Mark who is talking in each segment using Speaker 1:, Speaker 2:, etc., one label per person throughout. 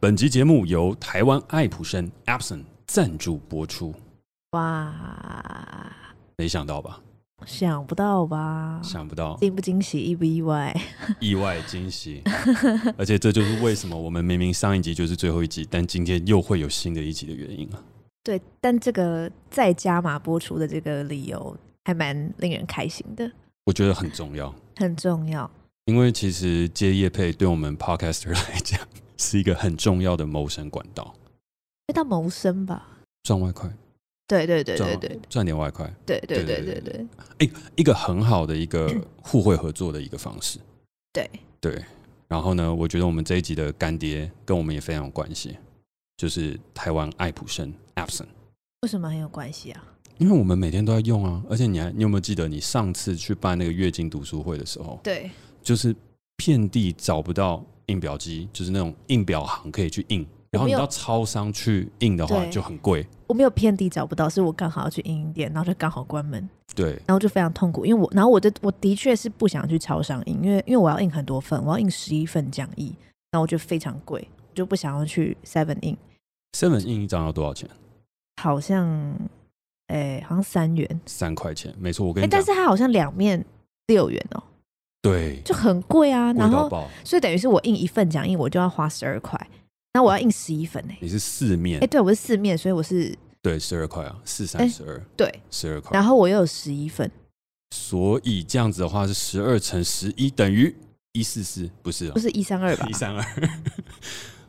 Speaker 1: 本集节目由台湾爱普生 Epson 赞助播出。
Speaker 2: 哇，
Speaker 1: 没想到吧？
Speaker 2: 想不到吧？
Speaker 1: 想不到，
Speaker 2: 惊不惊喜，意不意外？
Speaker 1: 意外惊喜。而且这就是为什么我们明明上一集就是最后一集，但今天又会有新的一集的原因啊！
Speaker 2: 对，但这个再加码播出的这个理由还蛮令人开心的，
Speaker 1: 我觉得很重要，
Speaker 2: 很重要。
Speaker 1: 因为其实接业配对我们 Podcaster 来讲是一个很重要的谋生管道，
Speaker 2: 就到谋生吧。
Speaker 1: 赚外快，
Speaker 2: 对对对
Speaker 1: 赚
Speaker 2: 对
Speaker 1: 外
Speaker 2: 对
Speaker 1: 赚点外快，
Speaker 2: 对对
Speaker 1: 对对
Speaker 2: 对对对
Speaker 1: 一个很好的一个互惠合作的一个方式。
Speaker 2: 对，
Speaker 1: 对，然后呢，我觉得我们这一集的干爹跟我们也非常有关系，就是台湾爱普生 Epson，
Speaker 2: 为什么很有关系啊？
Speaker 1: 因为我们每天都在用啊。而且你还你有没有记得你上次去办那个月经读书会的时候，
Speaker 2: 对
Speaker 1: 就是遍地找不到印表机，就是那种印表行可以去印，然后
Speaker 2: 我没
Speaker 1: 你
Speaker 2: 有
Speaker 1: 到超商去印的话
Speaker 2: 对
Speaker 1: 就很贵。
Speaker 2: 我没有遍地找不到，是我刚好要去影音店，然后就刚好关门，
Speaker 1: 对，
Speaker 2: 然后就非常痛苦，因为我，然后我的我的确是不想去超商印，因为因为我要印很多份，我要印十一份讲义，然后我觉得非常贵，我就不想要去 Seven 印，
Speaker 1: seven 印一张要多少钱？
Speaker 2: 好像，哎、好像三元，
Speaker 1: 三块钱，没错。我
Speaker 2: 哎、
Speaker 1: 跟你讲，
Speaker 2: 但是它好像两面六元哦、
Speaker 1: 对，
Speaker 2: 就很贵啊。
Speaker 1: 贵
Speaker 2: 然
Speaker 1: 到
Speaker 2: 后，
Speaker 1: 爆。
Speaker 2: 所以等于是我印一份讲义，我就要花十二块，那我要印十一份呢、
Speaker 1: 你是四面，
Speaker 2: 哎、对，我是四面，所以我是
Speaker 1: 对，十二块啊，四三
Speaker 2: 哎
Speaker 1: 十二，
Speaker 2: 对，
Speaker 1: 十二块。哦
Speaker 2: 然后我又有十一份，
Speaker 1: 所以这样子的话是十二乘十一等于一四四，不是啊
Speaker 2: 不？是一三二吧
Speaker 1: 一？三二，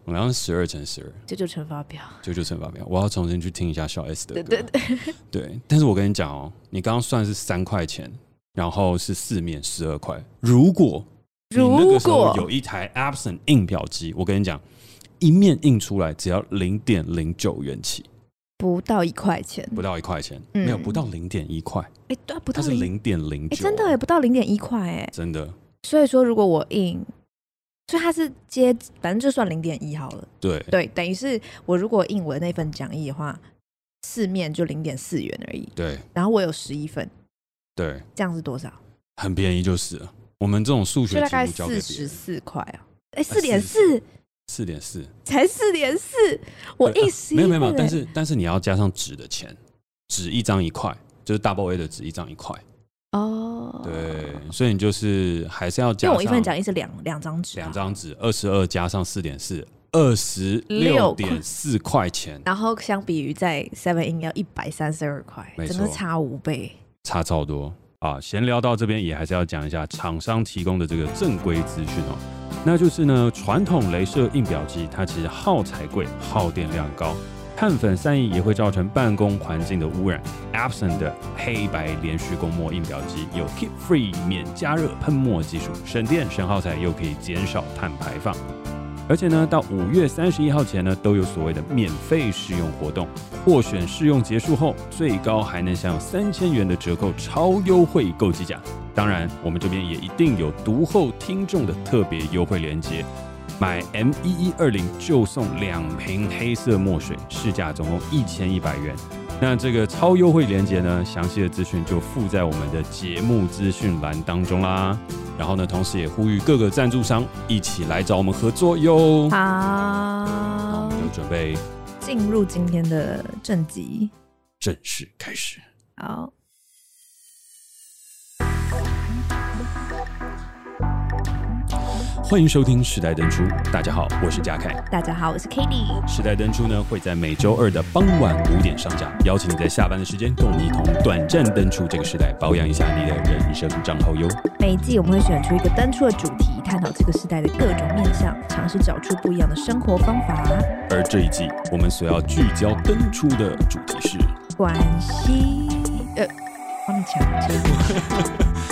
Speaker 1: 我们刚十二乘十二，
Speaker 2: 这就乘法表。
Speaker 1: 九九乘法表。我要重新去听一下小 S 的歌。
Speaker 2: 对对对，
Speaker 1: 对但是我跟你讲哦，你刚刚算是三块钱，然后是四面十二块。如果你那
Speaker 2: 如
Speaker 1: 个时候有
Speaker 2: 果
Speaker 1: 一台 Epson 印表机，我跟你讲，一面印出来只要零点零九元起，
Speaker 2: 不到一块钱，
Speaker 1: 不到一块钱，
Speaker 2: 嗯
Speaker 1: 没有不到零点一块，
Speaker 2: 哎、对啊，不
Speaker 1: 它
Speaker 2: 到
Speaker 1: 是
Speaker 2: 零，
Speaker 1: 零点零
Speaker 2: 哎、
Speaker 1: 九，啊
Speaker 2: 真的、哎，不到零点一块哎。
Speaker 1: 真的。
Speaker 2: 所以说，如果我印，所以它是接，反正就算零点一好了。
Speaker 1: 对，
Speaker 2: 对，等于是我如果印我的那份讲义的话，四面就零点四元而已。
Speaker 1: 对，
Speaker 2: 然后我有十一份，
Speaker 1: 对，
Speaker 2: 这样是多少？
Speaker 1: 很便宜就是了。我们这种数
Speaker 2: 就
Speaker 1: 学
Speaker 2: 大
Speaker 1: 题
Speaker 2: 概
Speaker 1: 目交给
Speaker 2: 四
Speaker 1: 别
Speaker 2: 十
Speaker 1: 人，
Speaker 2: 四块啊！哎，四点
Speaker 1: 44
Speaker 2: 四，
Speaker 1: 四点四，
Speaker 2: 才四点四，我
Speaker 1: 对
Speaker 2: 印
Speaker 1: 呃
Speaker 2: 十一
Speaker 1: 没有没有没有，
Speaker 2: 份
Speaker 1: 但
Speaker 2: 哎
Speaker 1: 是但是你要加上纸的钱，纸一张一块，就是 double A 的纸一张一块，
Speaker 2: 哦，
Speaker 1: 对，所以你就是还是要
Speaker 2: 因
Speaker 1: 加
Speaker 2: 为我一份
Speaker 1: 上
Speaker 2: 讲义是两两张纸，啊
Speaker 1: 两，张纸，二十二加上四点四，二十六点四块钱，
Speaker 2: 然后相比于在 Seven In 要一百三十二块，
Speaker 1: 没
Speaker 2: 整个
Speaker 1: 错
Speaker 2: 差五倍。
Speaker 1: 差超多啊！闲聊到这边，也还是要讲一下厂商提供的这个正规资讯哦。那就是呢，传统镭射印表机它其实耗材贵、耗电量高，碳粉散逸也会造成办公环境的污染。Epson 的黑白连续供墨印表机有 Keep Free 免加热喷墨技术，省电省耗材，又可以减少碳排放。而且呢，到五月三十一号前呢，都有所谓的免费试用活动，获选试用结束后，最高还能享有三千元的折扣，超优惠购机价。当然，我们这边也一定有读后听众的特别优惠链接，买 M 一一二零就送两瓶黑色墨水，市价总共一千一百元。那这个超优惠链接呢，详细的资讯就附在我们的节目资讯栏当中啦。然后呢，同时也呼吁各个赞助商一起来找我们合作哟。那我
Speaker 2: 好，
Speaker 1: 们就准备
Speaker 2: 进入今天的正集。
Speaker 1: 正式开始。
Speaker 2: 好，
Speaker 1: 欢迎收听《时代登出》，大家好，我是嘉凯。
Speaker 2: 大家好，我是 k a t i e
Speaker 1: 时代登出呢会在每周二的傍晚五点上架，邀请你在下班的时间跟我们一同短暂登出这个时代，保养一下你的人生账号哟。
Speaker 2: 每一季我们会选出一个单出的主题，探讨这个时代的各种面向，尝试找出不一样的生活方法。
Speaker 1: 而这一季我们所要聚焦登出的主题是，
Speaker 2: 关系，呃，帮你抢这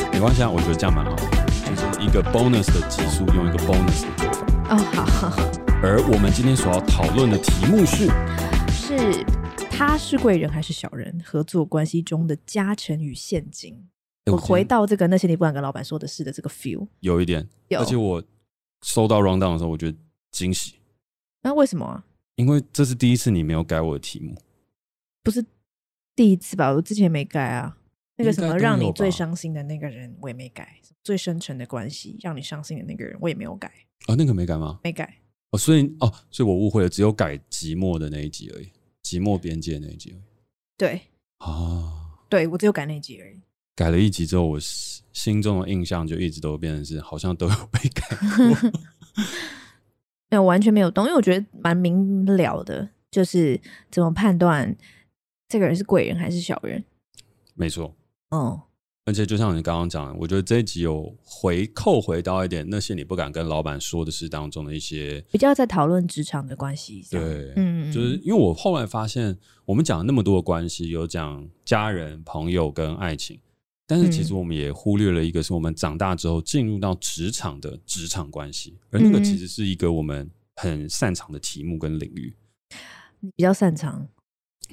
Speaker 2: 个，
Speaker 1: 没关系啊，我觉得这样蛮好的，就是一个 bonus 的集数，用一个 bonus 的做法。
Speaker 2: 哦，好，
Speaker 1: 而我们今天所要讨论的题目是，
Speaker 2: 是他是贵人还是小人？合作关系中的加成与陷阱。
Speaker 1: 诶
Speaker 2: 我
Speaker 1: 哎今天
Speaker 2: 回到这个那些你不敢跟老板说的事的这个 feel，
Speaker 1: 有一点，
Speaker 2: 有
Speaker 1: 而且我收到 round down 的时候，我觉得惊喜，
Speaker 2: 那为什么啊？
Speaker 1: 因为这是第一次你没有改我的题目。
Speaker 2: 不是第一次吧？我之前没改啊。那个什
Speaker 1: 应
Speaker 2: 么
Speaker 1: 该都
Speaker 2: 让
Speaker 1: 有
Speaker 2: 你
Speaker 1: 吧
Speaker 2: 最伤心的那个人，我也没改；最深沉的关系让你伤心的那个人，我也没有改，
Speaker 1: 啊，那个没改吗？
Speaker 2: 没改。
Speaker 1: 哦，所以哦，所以我误会了，只有改即墨的那一集而已，即墨边界那一集而已
Speaker 2: 对，
Speaker 1: 啊。
Speaker 2: 对我只有改那集而已。
Speaker 1: 改了一集之后，我心心中的印象就一直都变成是好像都有被改 过。
Speaker 2: 没有，完全没有动，因为我觉得蛮明了的，就是怎么判断这个人是贵人还是小人。
Speaker 1: 没错，
Speaker 2: 嗯，
Speaker 1: 而且就像你刚刚讲的，我觉得这一集有回扣回到一点那些你不敢跟老板说的事当中的一些
Speaker 2: 比较在讨论职场的关系上。
Speaker 1: 对，
Speaker 2: 嗯，嗯，
Speaker 1: 就是因为我后来发现，我们讲了那么多的关系，有讲家人、朋友跟爱情，但是其实我们也忽略了一个，是我们长大之后进入到职场的职场关系，而那个
Speaker 2: 嗯
Speaker 1: 其实是一个我们很擅长的题目跟领域。
Speaker 2: 你比较擅长，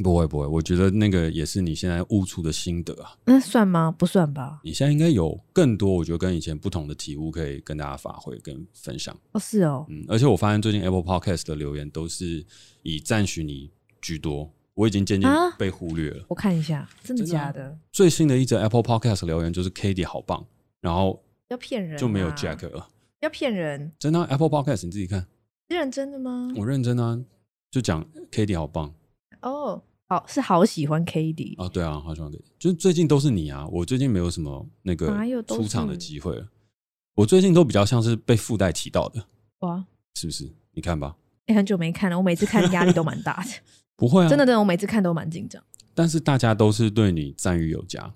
Speaker 1: 不会不会，我觉得那个也是你现在悟出的心得啊。
Speaker 2: 那算吗？不算吧？
Speaker 1: 你现在应该有更多，我觉得跟以前不同的体悟可以跟大家发挥跟分享。
Speaker 2: 哦，是哦，
Speaker 1: 嗯，而且我发现最近 Apple Podcast 的留言都是以赞许你居多，我已经渐渐
Speaker 2: 啊
Speaker 1: 被忽略了。
Speaker 2: 我看一下，真的
Speaker 1: 真的啊
Speaker 2: 假的？
Speaker 1: 最新的一则 Apple Podcast 留言就是 k a t i e 好棒，然后
Speaker 2: 要骗人、啊？
Speaker 1: 就没有 Jack 了。
Speaker 2: 要骗人？
Speaker 1: 真的啊、Apple Podcast 你自己看，
Speaker 2: 是认真的吗？
Speaker 1: 我认真啊，就讲 k a t i e 好棒
Speaker 2: 哦，好，是好喜欢 k d
Speaker 1: 啊，对啊，好喜欢 k a t i e 就是最近都是你啊，我最近没有什么那个
Speaker 2: 哪有都是
Speaker 1: 出场的机会了，我最近都比较像是被附带提到的，
Speaker 2: 哇，
Speaker 1: 是不是？你看吧，
Speaker 2: 哎、很久没看了，我每次看压力都蛮 大的，
Speaker 1: 不会啊，
Speaker 2: 真的，真的，我每次看都蛮紧张。
Speaker 1: 但是大家都是对你赞誉有加，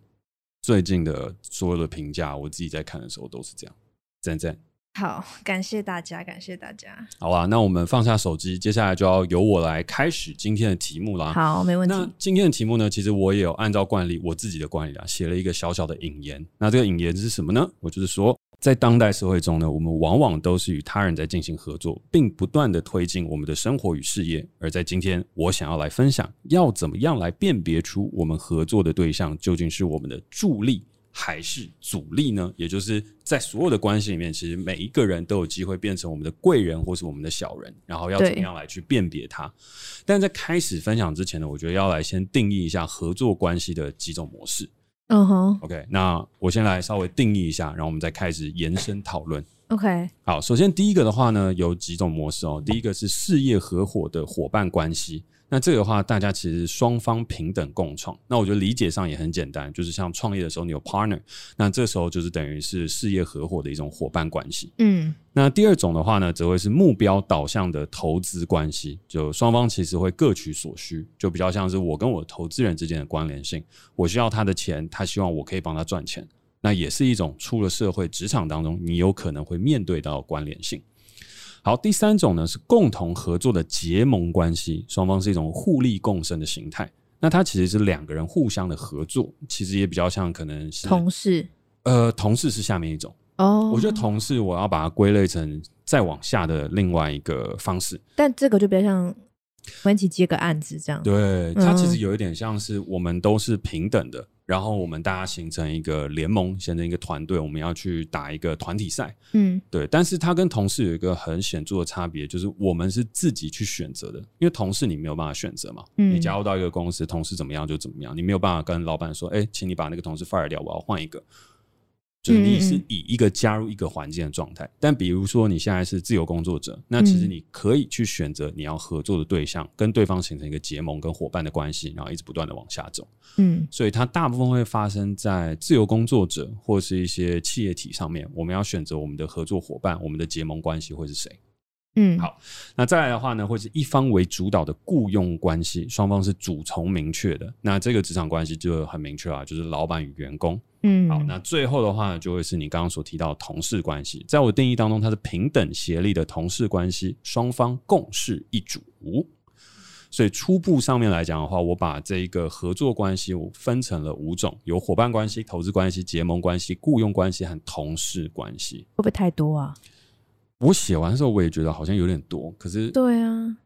Speaker 1: 最近的所有的评价，我自己在看的时候都是这样，赞赞。
Speaker 2: 好，感谢大家，感谢大家。
Speaker 1: 好啦，那我们放下手机，接下来就要由我来开始今天的题目啦。
Speaker 2: 好，没问
Speaker 1: 那
Speaker 2: 题。
Speaker 1: 今天的题目呢，其实我也有按照惯例，我自己的惯例啊，写了一个小小的引言。那这个引言是什么呢？我就是说，在当代社会中呢，我们往往都是与他人在进行合作，并不断的推进我们的生活与事业。而在今天，我想要来分享，要怎么样来辨别出我们合作的对象究竟是我们的助力。还是阻力呢？也就是在所有的关系里面，其实每一个人都有机会变成我们的贵人或是我们的小人，然后要怎么
Speaker 2: 对
Speaker 1: 样来去辨别它？但在开始分享之前呢，我觉得要来先定义一下合作关系的几种模式。
Speaker 2: 嗯哼
Speaker 1: OK，那我先来稍微定义一下，然后我们再开始延伸讨论。
Speaker 2: ，OK，
Speaker 1: 好，首先第一个的话呢，有几种模式哦。第一个是事业合伙的伙伴关系，那这个的话，大家其实双方平等共创。那我觉得理解上也很简单，就是像创业的时候你有 partner，那这时候就是等于是事业合伙的一种伙伴关系。
Speaker 2: 嗯，
Speaker 1: 那第二种的话呢，则会是目标导向的投资关系，就双方其实会各取所需，就比较像是我跟我投资人之间的关联性。我需要他的钱，他希望我可以帮他赚钱，那也是一种出了社会职场当中你有可能会面对到的关联性。好，第三种呢是共同合作的结盟关系，双方是一种互利共生的形态。那它其实是两个人互相的合作，其实也比较像可能是
Speaker 2: 同事
Speaker 1: 呃同事是下面一种。
Speaker 2: 哦，
Speaker 1: 我觉得，同事我要把它归类成再往下的另外一个方式。
Speaker 2: 但这个就比较像我们一起接个案子这样。
Speaker 1: 对，它
Speaker 2: 嗯
Speaker 1: 其实有一点像是我们都是平等的，然后我们大家形成一个联盟，形成一个团队，我们要去打一个团体赛。
Speaker 2: 嗯，
Speaker 1: 对，但是它跟同事有一个很显著的差别，就是我们是自己去选择的，因为同事你没有办法选择嘛。
Speaker 2: 嗯
Speaker 1: 你加入到一个公司，同事怎么样就怎么样，你没有办法跟老板说，哎、请你把那个同事 fire 掉，我要换一个。就是你是
Speaker 2: 嗯嗯
Speaker 1: 以一个加入一个环境的状态，但比如说你现在是自由工作者，那其实
Speaker 2: 嗯
Speaker 1: 你可以去选择你要合作的对象，跟对方形成一个结盟跟伙伴的关系，然后一直不断的往下走。
Speaker 2: 嗯，
Speaker 1: 所以它大部分会发生在自由工作者或是一些企业体上面。我们要选择我们的合作伙伴，我们的结盟关系会是谁？
Speaker 2: 嗯，
Speaker 1: 好那再来的话呢，会是一方为主导的雇佣关系，双方是主从明确的。那这个职场关系就很明确啊，就是老板与员工。
Speaker 2: 嗯，
Speaker 1: 好，那最后的话呢，就会是你刚刚所提到的同事关系。在我定义当中，它是平等协力的同事关系，双方共事一主。所以初步上面来讲的话，我把这一个合作关系我分成了五种，有伙伴关系、投资关系、结盟关系、雇佣关系和同事关系。
Speaker 2: 会不会太多啊？
Speaker 1: 我写完的时候，我也觉得好像有点多，可是
Speaker 2: 对啊，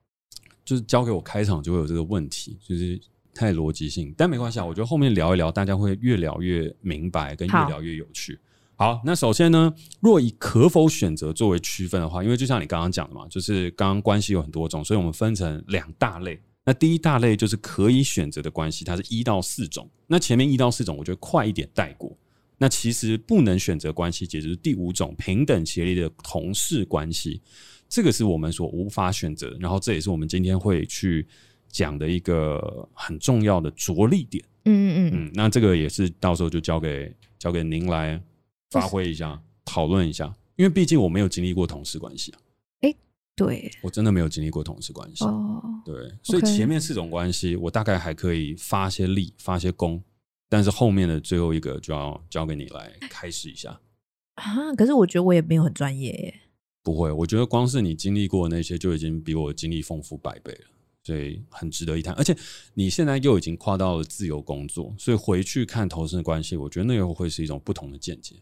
Speaker 1: 就是交给我开场就会有这个问题，就是太逻辑性。但没关系啊，我觉得后面聊一聊，大家会越聊越明白，跟越
Speaker 2: 好
Speaker 1: 聊越有趣。好，那首先呢，若以可否选择作为区分的话，因为就像你刚刚讲的嘛，就是刚刚关系有很多种，所以我们分成两大类。那第一大类就是可以选择的关系，它是一到四种。那前面一到四种，我觉得快一点带过。那其实不能选择关系，也就是第五种平等协力的同事关系。这个是我们所无法选择，然后这也是我们今天会去讲的一个很重要的着力点。
Speaker 2: 嗯嗯嗯，
Speaker 1: 嗯，那这个也是到时候就交给交给您来发挥一下，讨论一下，因为毕竟我没有经历过同事关系啊，
Speaker 2: 对
Speaker 1: 我真的没有经历过同事关系。
Speaker 2: 哦，
Speaker 1: 对，所以
Speaker 2: OK
Speaker 1: 前面四种关系，我大概还可以发些力、发些功，但是后面的最后一个就要交给你来开始一下。
Speaker 2: 啊，可是我觉得我也没有很专业耶。
Speaker 1: 不会，我觉得光是你经历过的那些，就已经比我经历丰富百倍了，所以很值得一谈。而且你现在又已经跨到了自由工作，所以回去看投资的关系，我觉得那又会是一种不同的见解。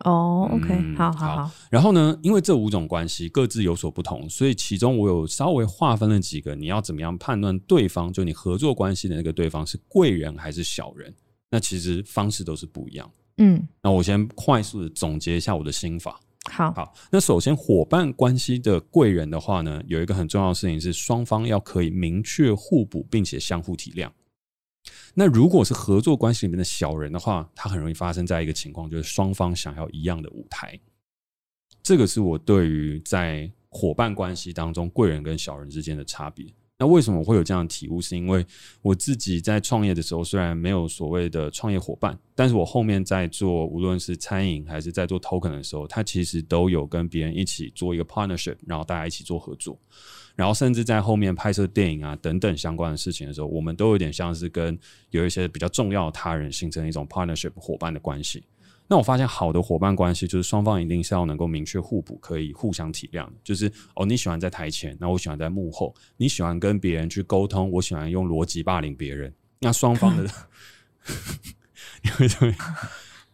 Speaker 2: 哦，OK，、
Speaker 1: 嗯
Speaker 2: 好好好，
Speaker 1: 然后呢，因为这五种关系各自有所不同，所以其中我有稍微划分了几个，你要怎么样判断对方，就你合作关系的那个对方是贵人还是小人？那其实方式都是不一样。
Speaker 2: 嗯，
Speaker 1: 那我先快速的总结一下我的心法。
Speaker 2: 好，
Speaker 1: 好，那首先伙伴关系的贵人的话呢，有一个很重要的事情是双方要可以明确互补，并且相互体谅。那如果是合作关系里面的小人的话，它很容易发生在一个情况，就是双方想要一样的舞台。这个是我对于在伙伴关系当中贵人跟小人之间的差别。那为什么我会有这样的体悟？是因为我自己在创业的时候，虽然没有所谓的创业伙伴，但是我后面在做，无论是餐饮还是在做 token 的时候，它其实都有跟别人一起做一个 partnership，然后大家一起做合作，然后甚至在后面拍摄电影啊等等相关的事情的时候，我们都有点像是跟有一些比较重要的他人形成一种 partnership 伙伴的关系。那我发现好的伙伴关系就是双方一定是要能够明确互补，可以互相体谅。就是哦，你喜欢在台前，那我喜欢在幕后；你喜欢跟别人去沟通，我喜欢用逻辑霸凌别人。那双方 的， 你为什么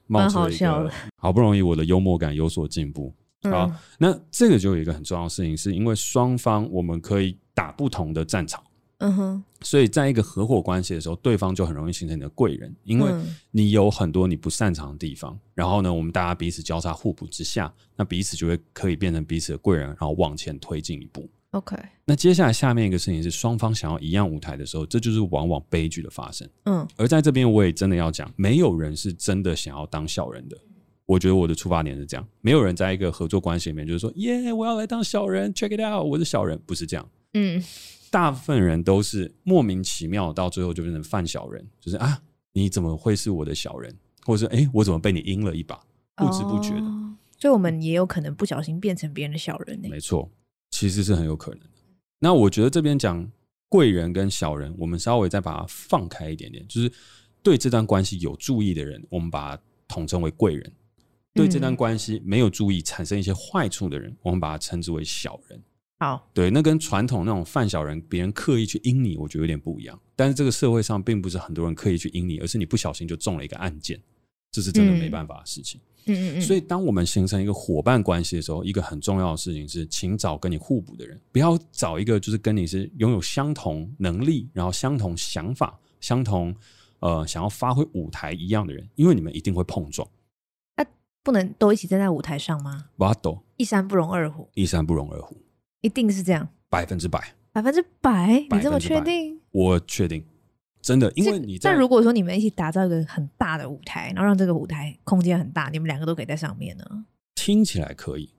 Speaker 1: 冒出了一
Speaker 2: 蛮好笑
Speaker 1: 个
Speaker 2: 的？
Speaker 1: 好不容易我的幽默感有所进步，
Speaker 2: 嗯
Speaker 1: 好，那这个就有一个很重要的事情，是因为双方我们可以打不同的战场。
Speaker 2: 嗯哼，
Speaker 1: 所以，在一个合伙关系的时候，对方就很容易形成你的贵人，因为
Speaker 2: 嗯
Speaker 1: 你有很多你不擅长的地方。然后呢，我们大家彼此交叉互补之下，那彼此就会可以变成彼此的贵人，然后往前推进一步。
Speaker 2: ，OK，
Speaker 1: 那接下来下面一个事情是，双方想要一样舞台的时候，这就是往往悲剧的发生。
Speaker 2: 嗯
Speaker 1: 而在这边，我也真的要讲，没有人是真的想要当小人的。我觉得我的出发点是这样，没有人在一个合作关系里面就是说，耶，我要来当小人，check it out，我是小人，不是这样。
Speaker 2: 嗯，
Speaker 1: 大部分人都是莫名其妙，到最后就变成犯小人，就是啊，你怎么会是我的小人？或者是哎、诶我怎么被你阴了一把？不知不觉的，
Speaker 2: 哦所以我们也有可能不小心变成别人的小人呢、欸
Speaker 1: 没错，其实是很有可能的。那我觉得这边讲贵人跟小人，我们稍微再把它放开一点点，就是对这段关系有注意的人，我们把它统称为贵人；对这段关系没有注意，产生一些坏处的人，我们把它称之为小人。
Speaker 2: 好，
Speaker 1: 对，那跟传统那种犯小人，别人刻意去阴你，我觉得有点不一样。但是这个社会上并不是很多人刻意去阴你，而是你不小心就中了一个案件，这是真的没办法的事情。
Speaker 2: 嗯嗯嗯，
Speaker 1: 所
Speaker 2: 以
Speaker 1: 以，当我们形成一个伙伴关系的时候，一个很重要的事情是，请找跟你互补的人，不要找一个就是跟你是拥有相同能力，然后相同想法、相同呃想要发挥舞台一样的人，因为你们一定会碰撞。
Speaker 2: 不能都一起站在舞台上吗？
Speaker 1: 瓦斗
Speaker 2: 一山不容二虎，
Speaker 1: 一山不容二虎，
Speaker 2: 一定是这样，
Speaker 1: 百分之百，
Speaker 2: 百分之百，
Speaker 1: 百
Speaker 2: 你这么
Speaker 1: 分之
Speaker 2: 确
Speaker 1: 百
Speaker 2: 定？
Speaker 1: 我确定，真的，因
Speaker 2: 这
Speaker 1: 为你在
Speaker 2: 那如果说你们一起打造一个很大的舞台，然后让这个舞台空间很大，你们两个都可以在上面呢？
Speaker 1: 听起来可以，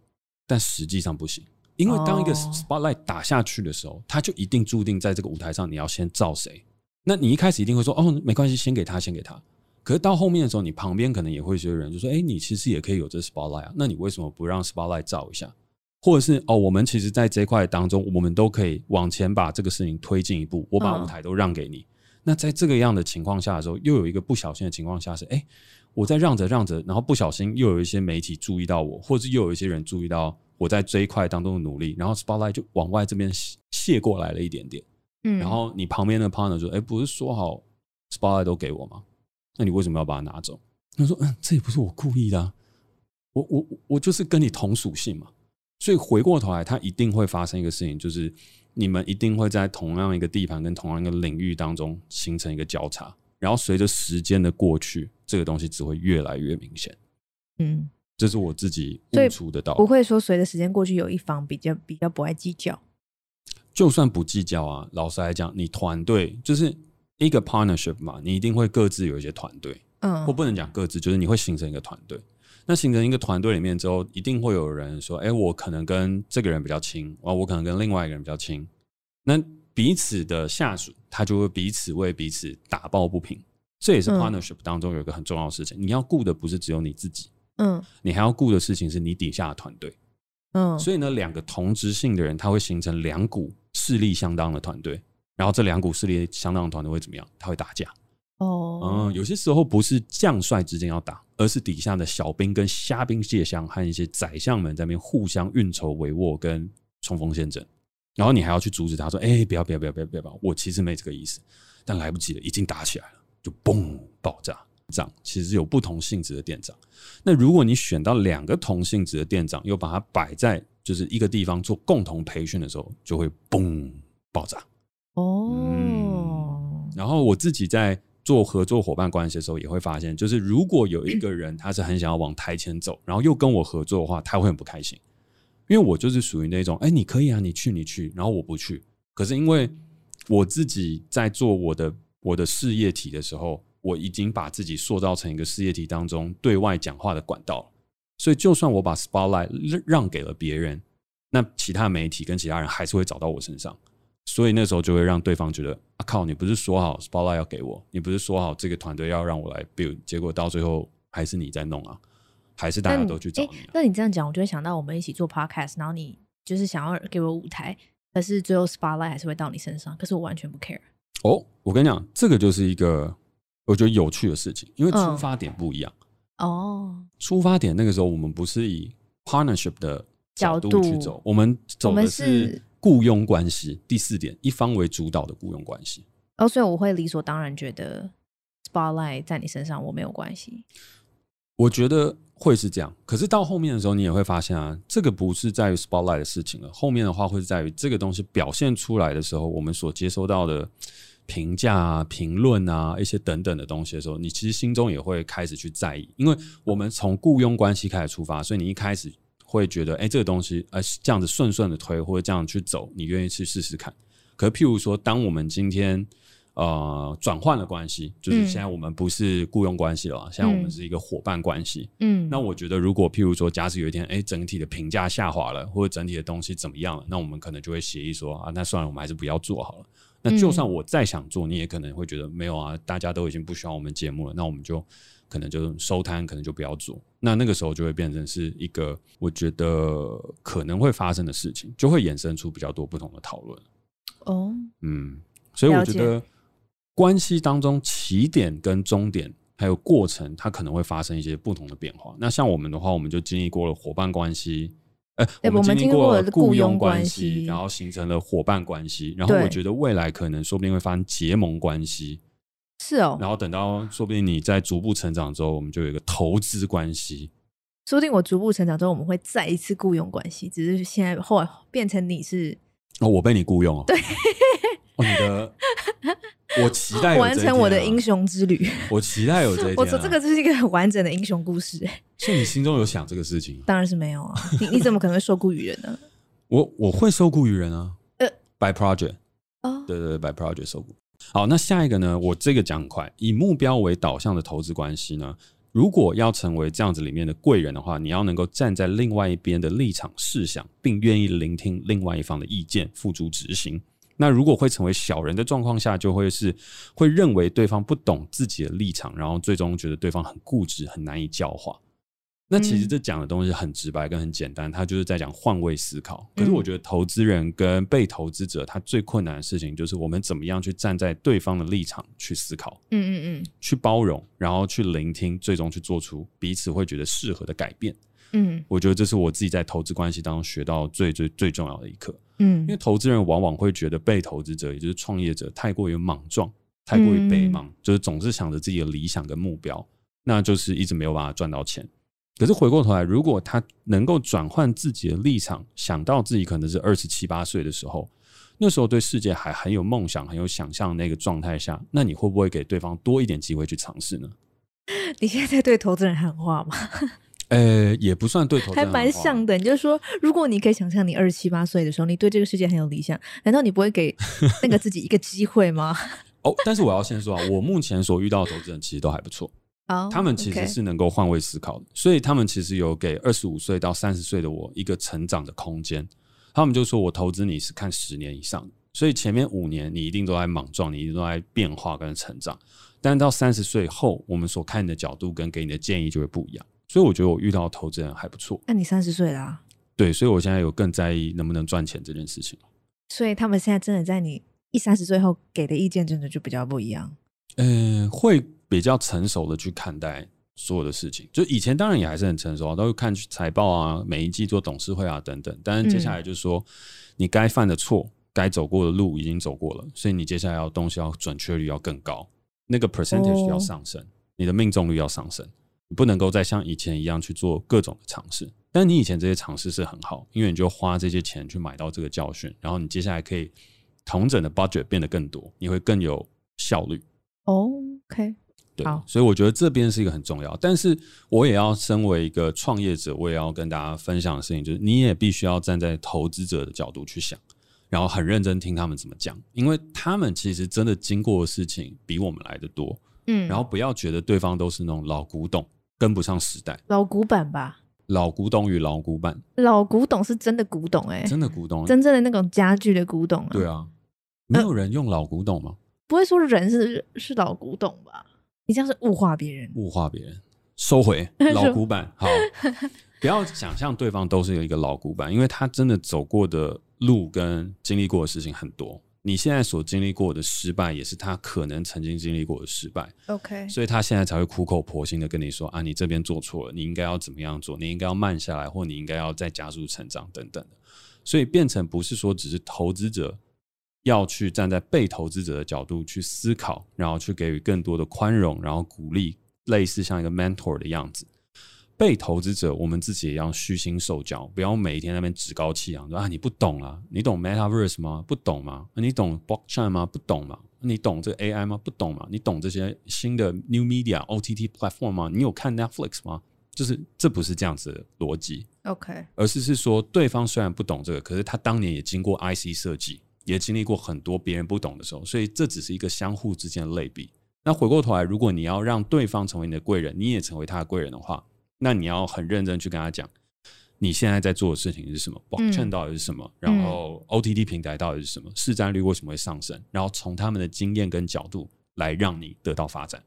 Speaker 1: 但实际上不行。因为当一个
Speaker 2: 哦
Speaker 1: spotlight 打下去的时候，他就一定注定在这个舞台上你要先照谁。那你一开始一定会说哦，没关系，先给他，先给他。可是到后面的时候，你旁边可能也会有些人就说，哎、你其实也可以有这 spotlight 啊，那你为什么不让 spotlight 照一下？或者是哦，我们其实在这一块当中，我们都可以往前把这个事情推进一步，我把
Speaker 2: 嗯
Speaker 1: 舞台都让给你。那在这个样的情况下的时候，又有一个不小心的情况下是，哎、我在让着让着，然后不小心又有一些媒体注意到我，或是又有一些人注意到我在这一块当中的努力，然后 spotlight 就往外这边卸卸过来了一点点。
Speaker 2: 嗯，
Speaker 1: 然后你旁边的 partner 就说：“哎、不是说好 spotlight 都给我吗？那你为什么要把它拿走？”他说：“嗯，这也不是我故意的、啊，我我我就是跟你同属性嘛。”所以回过头来，它一定会发生一个事情，就是你们一定会在同样一个地盘跟同样一个领域当中形成一个交叉，然后随着时间的过去，这个东西只会越来越明显。
Speaker 2: 嗯，
Speaker 1: 这是我自己
Speaker 2: 所
Speaker 1: 悟
Speaker 2: 以
Speaker 1: 出的道理
Speaker 2: 不。会说随着时间过去，有一方比较比较不爱计较。
Speaker 1: 就算不计较啊，老实来讲，你团队就是一个 partnership 嘛，你一定会各自有一些团队。
Speaker 2: 嗯
Speaker 1: 或，不能讲各自，就是你会形成一个团队。那形成一个团队里面之后，一定会有人说：“哎、我可能跟这个人比较亲，啊，我可能跟另外一个人比较亲。”那彼此的下属，他就会彼此为彼此打抱不平。这也是
Speaker 2: 嗯
Speaker 1: partnership 当中有一个很重要的事情，你要顾的不是只有你自己，
Speaker 2: 嗯
Speaker 1: 你还要顾的事情是你底下的团队。
Speaker 2: 嗯，
Speaker 1: 所以呢，两个同质性的人，他会形成两股势力相当的团队。然后这两股势力相当的团队会怎么样？他会打架。
Speaker 2: 哦，
Speaker 1: 嗯，有些时候不是将帅之间要打，而是底下的小兵跟虾兵蟹将和一些宰相们在那边互相运筹帷幄跟冲锋陷阵。然后你还要去阻止他说：“哎、不要不要不要不要不要！我其实没这个意思。”但来不及了，已经打起来了，就嘣爆炸。这样其实有不同性质的店长。那如果你选到两个同性质的店长，又把它摆在就是一个地方做共同培训的时候，就会嘣爆炸。
Speaker 2: 哦
Speaker 1: 嗯，然后我自己在做合作伙伴关系的时候，也会发现，就是如果有一个人他是很想要往台前走，然后又跟我合作的话，他会很不开心，因为我就是属于那种，哎，你可以啊，你去你去，然后我不去。可是因为我自己在做我的我的事业体的时候，我已经把自己塑造成一个事业体当中对外讲话的管道了，所以就算我把 spotlight 让让给了别人，那其他媒体跟其他人还是会找到我身上。所以那时候就会让对方觉得啊靠，你不是说好 spotlight 要给我，你不是说好这个团队要让我来 build，结果到最后还是你在弄啊，还是大
Speaker 2: 那
Speaker 1: 家
Speaker 2: 你
Speaker 1: 都去找
Speaker 2: 诶
Speaker 1: 你、啊。
Speaker 2: 那你这样讲，我就会想到我们一起做 podcast，然后你就是想要给我舞台，可是最后 spotlight 还是会到你身上，可是我完全不 care。
Speaker 1: 哦，我跟你讲，这个就是一个我觉得有趣的事情，因为出
Speaker 2: 嗯
Speaker 1: 发点不一样。
Speaker 2: 哦，
Speaker 1: 出发点那个时候我们不是以 partnership 的角
Speaker 2: 角
Speaker 1: 度
Speaker 2: 度
Speaker 1: 去走，我们走
Speaker 2: 我们
Speaker 1: 的是
Speaker 2: 是
Speaker 1: 雇佣关系。第四点，一方为主导的雇佣关系。
Speaker 2: 哦，所以我会理所当然觉得 spotlight 在你身上我没有关系。
Speaker 1: 我觉得会是这样，可是到后面的时候，你也会发现啊，这个不是在于 spotlight 的事情了。后面的话会是在于这个东西表现出来的时候，我们所接收到的评价啊、评论啊、一些等等的东西的时候，你其实心中也会开始去在意，因为我们从雇佣关系开始出发，所以你一开始会觉得，哎、这个东西，呃，这样子顺顺的推或者这样去走，你愿意去试试看。可是譬如说，当我们今天呃转换了关系，就是
Speaker 2: 嗯
Speaker 1: 现在我们不是雇佣关系了啊，现在我们
Speaker 2: 嗯
Speaker 1: 是一个伙伴关系。
Speaker 2: 嗯，
Speaker 1: 那我觉得，如果譬如说，假使有一天，哎，整体的评价下滑了，或者整体的东西怎么样了，那我们可能就会协议说啊，那算了，我们还是不要做好了。那就算我再想做，你也可能会觉得没有啊，大家都已经不喜欢我们节目了，那我们就可能就收摊，可能就不要做。那那个时候就会变成是一个我觉得可能会发生的事情，就会衍生出比较多不同的讨论。
Speaker 2: 哦，
Speaker 1: 嗯，所以我
Speaker 2: 了
Speaker 1: 觉
Speaker 2: 解
Speaker 1: 得关系当中起点跟终点还有过程，它可能会发生一些不同的变化。那像我们的话，我们就经历过了伙伴关系，呃，
Speaker 2: 对
Speaker 1: 们
Speaker 2: 我们
Speaker 1: 经历
Speaker 2: 经历
Speaker 1: 过
Speaker 2: 过
Speaker 1: 了
Speaker 2: 了
Speaker 1: 雇
Speaker 2: 雇佣
Speaker 1: 佣关
Speaker 2: 关
Speaker 1: 系，
Speaker 2: 系
Speaker 1: 然后形成了伙伴关系，然后
Speaker 2: 对
Speaker 1: 我觉得未来可能说不定会发生结盟关系，
Speaker 2: 是哦，
Speaker 1: 然后等到说不定你在逐步成长之后，我们就有一个投资关系。
Speaker 2: 说不定我逐步成长之后，我们会再一次雇佣关系，只是现在后来变成你是
Speaker 1: 哦，我被你雇佣哦，对，哦，你的，我期待有
Speaker 2: 完
Speaker 1: 这一
Speaker 2: 成我
Speaker 1: 天
Speaker 2: 的
Speaker 1: 啊
Speaker 2: 英，雄之旅。
Speaker 1: 我期待有这一天、啊。
Speaker 2: 我说这个就是一个很完整的英雄故事，哎
Speaker 1: 所以你心中有想这个事情？
Speaker 2: 当然是没有 啊，你你怎么可能会受雇于人呢？
Speaker 1: 我我会受雇于人啊，呃
Speaker 2: 呃
Speaker 1: ，by project，
Speaker 2: 哦，
Speaker 1: 对对对，by project 受雇。好，那下一个呢？我这个讲很快，以目标为导向的投资关系呢，如果要成为这样子里面的贵人的话，你要能够站在另外一边的立场试想，并愿意聆听另外一方的意见，付诸执行。那如果会成为小人的状况下，就会是会认为对方不懂自己的立场，然后最终觉得对方很固执，很难以教化。那其实
Speaker 2: 嗯
Speaker 1: 这讲的东西很直白跟很简单，他就是在讲换位思考。可
Speaker 2: 嗯
Speaker 1: 是我觉得投资人跟被投资者，他最困难的事情就是我们怎么样去站在对方的立场去思考。
Speaker 2: 嗯嗯
Speaker 1: 去包容，然后去聆听，最终去做出彼此会觉得适合的改变。
Speaker 2: 嗯
Speaker 1: 我觉得这是我自己在投资关系当中学到最最最重要的一课，
Speaker 2: 嗯
Speaker 1: 因为
Speaker 2: 嗯，
Speaker 1: 投资人往往会觉得被投资者，也就是创业者，太过于莽撞，太过于北莽，就是总是想着自己的理想跟目标，那就是一直没有办法赚到钱。可是回过头来，如果他能够转换自己的立场，想到自己可能是二十七八岁的时候，那时候对世界还很有梦想、很有想象的那个状态下，那你会不会给对方多一点机会去尝试呢？
Speaker 2: 你现在在对投资人喊话吗？
Speaker 1: 呃，也不算对头，
Speaker 2: 还蛮像的。你就说，如果你可以想象你二十七八岁的时候，你对这个世界很有理想，难道你不会给 那个自己一个机会吗？
Speaker 1: 哦。但是我要先说啊，我目前所遇到的投资人其实都还不错，
Speaker 2: 哦
Speaker 1: 他们其实
Speaker 2: OK
Speaker 1: 是能够换位思考的，所以他们其实有给二十五岁到三十岁的我一个成长的空间。他们就说我投资你是看十年以上，所以前面五年你一定都在莽撞，你一定都在变化跟成长。但到三十岁后，我们所看的角度跟给你的建议就会不一样。所以我觉得我遇到的投资人还不错，
Speaker 2: 那你三十岁啦、
Speaker 1: 对，所以我现在有更在意能不能赚钱这件事情。
Speaker 2: 所以他们现在真的在你一三十岁后给的意见，真的就比较不一样。
Speaker 1: 呃，会比较成熟的去看待所有的事情。就以前当然也还是很成熟啊，都会看财报啊，每一季做董事会啊等等。但是接下来就是说，你该犯的错、该走过的路已经走过了，所以你接下来要东西要准确率要更高，那个 percentage
Speaker 2: 哦
Speaker 1: 要上升，你的命中率要上升。你不能够再像以前一样去做各种的尝试，但你以前这些尝试是很好，因为你就花这些钱去买到这个教训，然后你接下来可以同整的 budget 变得更多，你会更有效率。
Speaker 2: 哦 OK，
Speaker 1: 对
Speaker 2: 好，
Speaker 1: 所以我觉得这边是一个很重要，但是我也要身为一个创业者，我也要跟大家分享的事情就是，你也必须要站在投资者的角度去想，然后很认真听他们怎么讲，因为他们其实真的经过的事情比我们来的多，
Speaker 2: 嗯，
Speaker 1: 然后不要觉得对方都是那种老古董，跟不上时代，
Speaker 2: 老古板吧，
Speaker 1: 老古董与老古板，
Speaker 2: 老古董是真的古董哎、
Speaker 1: 真的古董，
Speaker 2: 真正的那嗯种家具的古董啊，
Speaker 1: 对，啊，没有人用老古董吗？
Speaker 2: 不会说人是是老古董吧？你这样是物化别人。
Speaker 1: 物化别人，收回老古板，好， 不要想象对方都是有一个老古板，因为他真的走过的路跟经历过的事情很多。你现在所经历过的失败，也是他可能曾经经历过的失败，
Speaker 2: OK，
Speaker 1: 所以他现在才会苦口婆心的跟你说啊，你这边做错了，你应该要怎么样做，你应该要慢下来，或你应该要再加速成长等等的。所以变成不是说只是投资者要去站在被投资者的角度去思考，然后去给予更多的宽容，然后鼓励，类似像一个 mentor 的样子。被投资者，我们自己也要虚心受教，不要每一天在那边趾高气扬，说啊你不懂啊，你懂 Metaverse 吗？不懂吗？啊你懂 Blockchain 吗？不懂吗？你懂这个 AI 吗？不懂吗？你懂这些新的 New Media OTT platform 吗？你有看 Netflix 吗？就是这不是这样子的逻辑，
Speaker 2: OK，
Speaker 1: 而是是说，对方虽然不懂这个，可是他当年也经过 IC 设计，也经历过很多别人不懂的时候，所以这只是一个相互之间的类比。那回过头来，如果你要让对方成为你的贵人，你也成为他的贵人的话，那你要很认真去跟他讲，你现在在做的事情是什么，blockchain
Speaker 2: 嗯
Speaker 1: 到底是什么，然后 OTT 平台到底是什么，市占率为什么会上升，然后从他们的经验跟角度来让你得到发展，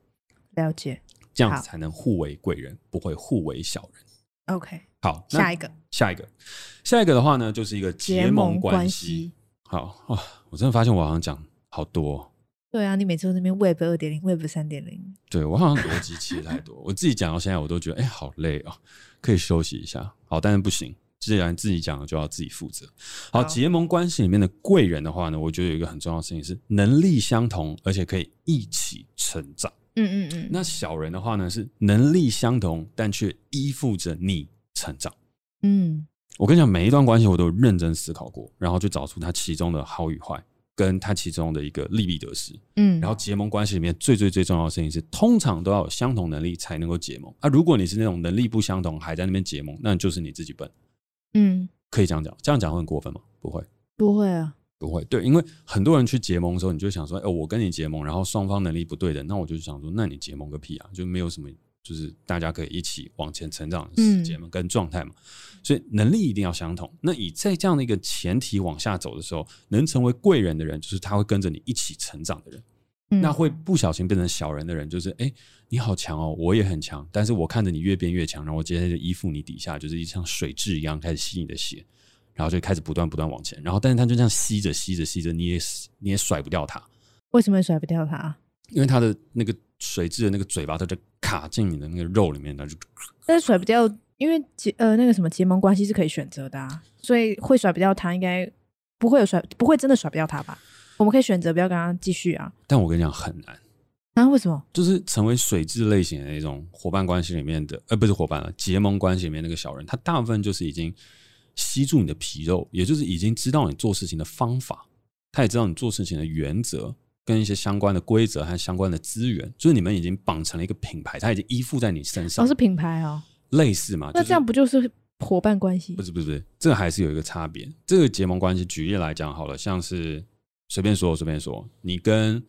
Speaker 2: 了解。
Speaker 1: 这样
Speaker 2: 好
Speaker 1: 子才能互为贵人，不会互为小人。
Speaker 2: OK，
Speaker 1: 好，那
Speaker 2: 下一个
Speaker 1: 下一个，下一个的话呢，就是一个结盟关
Speaker 2: 关
Speaker 1: 系。。好哇、我真的发现我好像讲好多哦、
Speaker 2: 对啊，你每次都在那边 Web 二点零、Web 三点零，
Speaker 1: 对我好像逻辑切太 多，我自己讲到现在我都觉得哎、好累哦，可以休息一下。好，但是不行，既然自己讲了就要自己负责。好，
Speaker 2: 好
Speaker 1: 结盟关系里面的贵人的话呢，我觉得有一个很重要的事情是能力相同，而且可以一起成长。
Speaker 2: 嗯嗯嗯，
Speaker 1: 那小人的话呢，是能力相同，但却依附着你成长。
Speaker 2: 嗯，
Speaker 1: 我跟你讲，每一段关系我都有认真思考过，然后去找出它其中的好与坏，跟它其中的一个利弊得失。
Speaker 2: 嗯，
Speaker 1: 然后结盟关系里面最最最重要的事情是，通常都要有相同能力才能够结盟。啊，如果你是那种能力不相同，还在那边结盟，那就是你自己笨。
Speaker 2: 嗯，
Speaker 1: 可以这样讲，这样讲会很过分吗？不会，
Speaker 2: 不会啊，
Speaker 1: 不会。对，因为很多人去结盟的时候，你就想说，哎、我跟你结盟，然后双方能力不对等，那我就想说，那你结盟个屁啊，就没有什么。就是大家可以一起往前成长的时间嘛，跟状态嘛，所以能力一定要相同。那以在这样的一个前提往下走的时候，能成为贵人的人，就是他会跟着你一起成长的人。
Speaker 2: 嗯
Speaker 1: 那会不小心变成小人的人，就是哎、诶你好强哦，我也很强，但是我看着你越变越强，然后我接下来就依附你底下，就是像水蛭一样开始吸你的血，然后就开始不断不断往前，然后但是他就这样吸着吸着吸着，你也你也甩不掉他，
Speaker 2: 为什么甩不掉啊它？
Speaker 1: 因为他的那个水蛭的那个嘴巴，它就卡进你的那个肉里面，它就
Speaker 2: 但是甩不掉，因为结呃那个什么结盟关系是可以选择的、啊，所以会甩不掉它，应该不会有甩，不会真的甩不掉它吧？我们可以选择不要跟他继续啊。
Speaker 1: 但我跟你讲很难。
Speaker 2: 然、后为什么？
Speaker 1: 就是成为水蛭类型的那种伙伴关系里面的，呃，不是伙伴了，结盟关系里面那个小人，他大部分就是已经吸住你的皮肉，也就是已经知道你做事情的方法，他也知道你做事情的原则跟一些相关的规则和相关的资源，就是你们已经绑成了一个品牌，他已经依附在你身上，
Speaker 2: 哦，是品牌哦，
Speaker 1: 类似嘛？
Speaker 2: 那
Speaker 1: 就是
Speaker 2: 这样不就是伙伴关系
Speaker 1: 不？是不是不是，这还是有一个差别。这个结盟关系，举例来讲好了，像是随便说随便说，你跟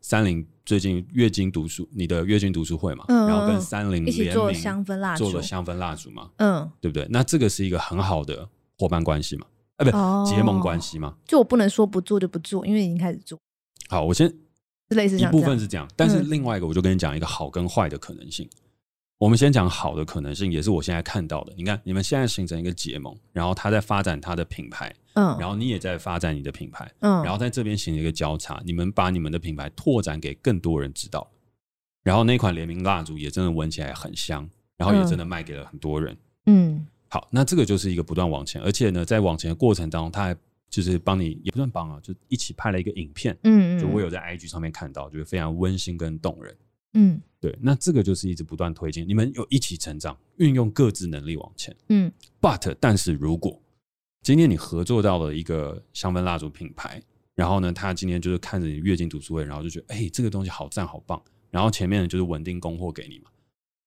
Speaker 1: 三菱最近月经读书，你的月经读书会嘛，
Speaker 2: 嗯嗯
Speaker 1: 然后跟
Speaker 2: 嗯
Speaker 1: 三菱
Speaker 2: 一起
Speaker 1: 联
Speaker 2: 做
Speaker 1: 名
Speaker 2: 香氛蜡烛，
Speaker 1: 做了香氛蜡烛嘛，
Speaker 2: 嗯，
Speaker 1: 对不对？那这个是一个很好的伙伴关系嘛，啊，不，
Speaker 2: 哦
Speaker 1: 结盟关。系嘛。
Speaker 2: 就我不能说不做就不做，因为已经开始做，
Speaker 1: 好，我先
Speaker 2: 是类似
Speaker 1: 一
Speaker 2: 像
Speaker 1: 部
Speaker 2: 这样
Speaker 1: 分是这样，但是
Speaker 2: 嗯
Speaker 1: 另外一个我就跟你讲一个好跟坏的可能性。我们先讲好的可能性，也是我现在看到的。你看，你们现在形成一个结盟，然后他在发展他的品牌，
Speaker 2: 嗯，
Speaker 1: 然后你也在发展你的品牌，
Speaker 2: 嗯，
Speaker 1: 然后在这边形成一个交叉，你们把你们的品牌拓展给更多人知道。然后那款联名蜡烛也真的闻起来很香，然后也真的卖给了很多人。
Speaker 2: 嗯
Speaker 1: 好，那这个就是一个不断往前，而且呢，在往前的过程当中，他还就是帮你也不算帮啊，就一起拍了一个影片，
Speaker 2: 嗯嗯，
Speaker 1: 就我有在 IG 上面看到，就是非常温馨跟动人。
Speaker 2: 嗯
Speaker 1: 对，那这个就是一直不断推进，你们有一起成长，运用各自能力往前。
Speaker 2: 嗯
Speaker 1: But 但是如果今天你合作到了一个香氛蜡烛品牌，然后呢，他今天就是看着你月经读书会，然后就觉得哎、这个东西好赞好棒，然后前面就是稳定供货给你嘛，